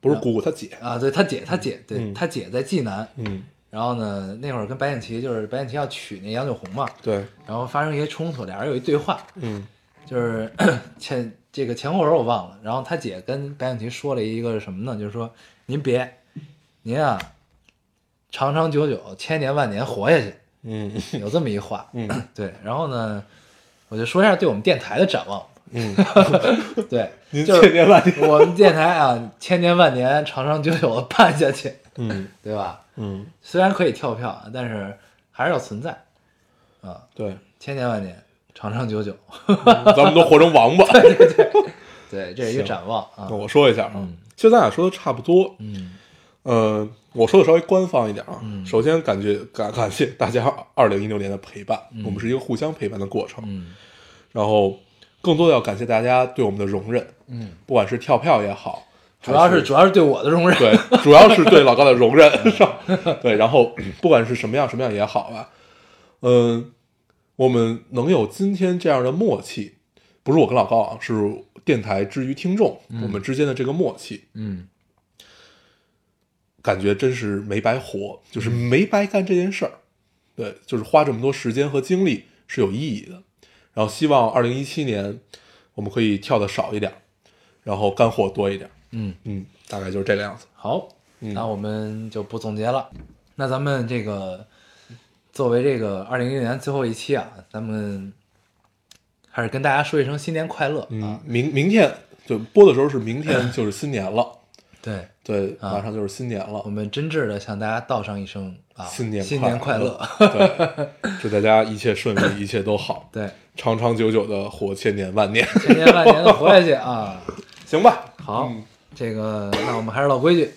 [SPEAKER 1] 不是姑姑，她姐。
[SPEAKER 2] 啊，对他姐，他姐，对、
[SPEAKER 1] 嗯
[SPEAKER 2] 他姐在济南。
[SPEAKER 1] 嗯，
[SPEAKER 2] 然后呢，那会儿跟白景琦就是白景琦要娶那杨九红嘛，
[SPEAKER 1] 对，
[SPEAKER 2] 然后发生一些冲突，俩人有一对话，
[SPEAKER 1] 嗯
[SPEAKER 2] 就是 前这个前后文我忘了。然后他姐跟白景琦说了一个什么呢？就是说您别，您啊，长长久久，千年万年活下去。
[SPEAKER 1] 嗯
[SPEAKER 2] 有这么一话。
[SPEAKER 1] 嗯
[SPEAKER 2] 对，然后呢，我就说一下对我们电台的展望。
[SPEAKER 1] 嗯，
[SPEAKER 2] 对，
[SPEAKER 1] 您
[SPEAKER 2] 就
[SPEAKER 1] 千
[SPEAKER 2] 是
[SPEAKER 1] 年万 年，
[SPEAKER 2] 我们电台啊，千年万年、长长久久的办下去，
[SPEAKER 1] 嗯
[SPEAKER 2] 对吧？
[SPEAKER 1] 嗯，
[SPEAKER 2] 虽然可以跳票啊，但是还是要存在啊，
[SPEAKER 1] 对，嗯
[SPEAKER 2] 千年万年、长长久久。
[SPEAKER 1] 咱们都活成 王八。
[SPEAKER 2] 对，这是一个展望啊
[SPEAKER 1] 那。我说一下啊
[SPEAKER 2] 嗯，
[SPEAKER 1] 其实咱俩说的差不多，
[SPEAKER 2] 嗯
[SPEAKER 1] 呃，我说的稍微官方一点啊。
[SPEAKER 2] 嗯
[SPEAKER 1] 首先感觉感感谢大家 二零一六年的陪伴，我们是一个互相陪伴的过程。
[SPEAKER 2] 嗯
[SPEAKER 1] 然后更多的要感谢大家对我们的容忍，
[SPEAKER 2] 嗯，
[SPEAKER 1] 不管是跳票也好，
[SPEAKER 2] 主要
[SPEAKER 1] 还
[SPEAKER 2] 是
[SPEAKER 1] 是
[SPEAKER 2] 主要是对我的容忍。
[SPEAKER 1] 对，主要是对老高的容忍， 是吧？对，然后不管是什么样什么样也好吧，嗯，我们能有今天这样的默契，不是我跟老高啊，是电台之于听众、我们之间的这个默契，
[SPEAKER 2] 嗯
[SPEAKER 1] 感觉真是没白活，就是没白干这件事儿。对，就是花这么多时间和精力是有意义的。然后希望二零一七年我们可以跳的少一点儿，然后干货多一点儿。
[SPEAKER 2] 嗯，
[SPEAKER 1] 嗯，大概就是这个样子。
[SPEAKER 2] 好，
[SPEAKER 1] 嗯
[SPEAKER 2] 那我们就不总结了。那咱们这个作为这个二零一六年最后一期啊，咱们还是跟大家说一声新年快乐啊。
[SPEAKER 1] 嗯，明明天就播的时候是明 天，就是新年了。
[SPEAKER 2] 对，
[SPEAKER 1] 对，
[SPEAKER 2] 啊
[SPEAKER 1] 马上就是新年了
[SPEAKER 2] 我，们真挚的向大家道上一声啊，
[SPEAKER 1] 新年
[SPEAKER 2] 新年快乐
[SPEAKER 1] 乐。！对，祝大家一切顺利，一切 都好，
[SPEAKER 2] 对，
[SPEAKER 1] 长长久久的活千年万年，
[SPEAKER 2] 千年万年的活下去 啊！
[SPEAKER 1] 行吧？
[SPEAKER 2] 好，
[SPEAKER 1] 嗯
[SPEAKER 2] 这个那我们还是老规矩，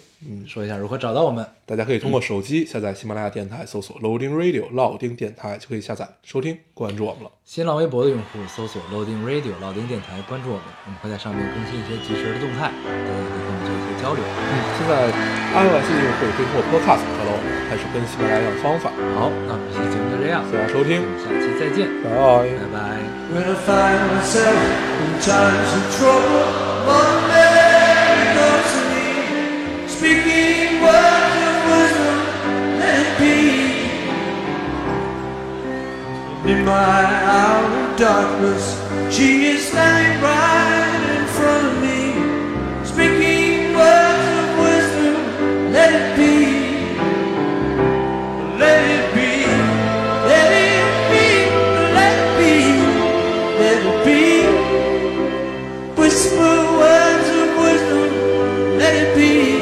[SPEAKER 2] 说一下如何找到我们。
[SPEAKER 1] 大家可以通过手机下载喜马拉雅电台，搜索 Loading Radio 老丁电台就可以下载收听，关注我们了。
[SPEAKER 2] 新浪微博的用户搜索 Loading Radio 老丁电台，关注我们，我们会在上面更新一些及时的动态，大家也可以跟我们做一些交流。
[SPEAKER 1] 嗯，现在 iOS 用户也可以通过 Podcast 找到我们，还是跟喜马拉雅一样的方法。
[SPEAKER 2] 好，那我们这期节目就这样
[SPEAKER 1] 谢，谢大家收听
[SPEAKER 2] 我，们下期再见，
[SPEAKER 1] 拜拜。
[SPEAKER 2] 拜拜。
[SPEAKER 3] When I find myself in times of trouble, Monday comes to me, speaking words of wisdom and peace. In my hour of darkness, she is standing right in front of me, speaking words of wisdom. Let it be. Let it be, let it be, let it be, let it be. Whisper words of wisdom, let it be.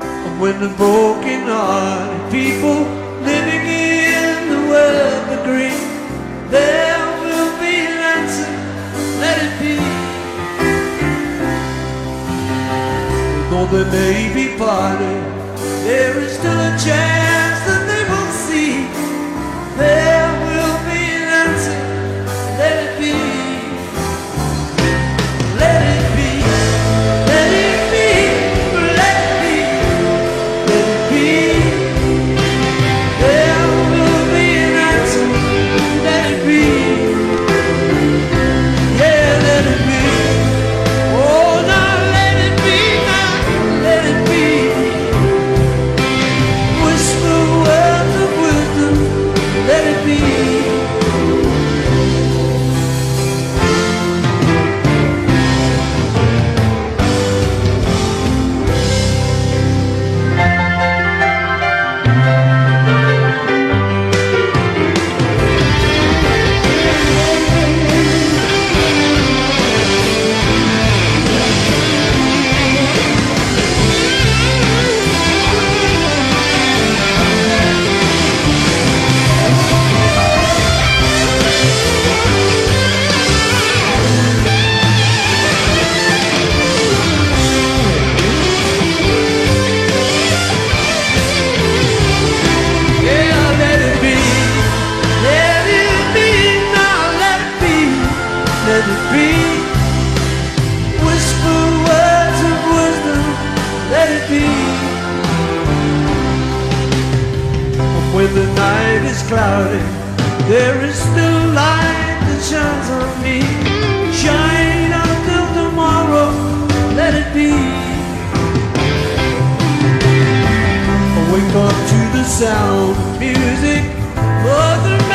[SPEAKER 3] And when the broken hearted people living in the world agree, there will be an answer, let it be. Though they may be parted, there is still a chance that they will see. There will be an answer. Let it be. Let it be. Let it be. Let it be. Let it be. There will be an answer. Let it be. Yeah, let it be. Oh, now let it be, now let it be. Whisper words of wisdom, let it be. Yeah, let it be. Let it be, now let it be. Let it be. Whisper words of wisdom, let it be. When the night is cloudy, there is still light that shines on me. Shine until tomorrow, let it be. I wake up to the sound of music, Mother Oh, Oh, Oh,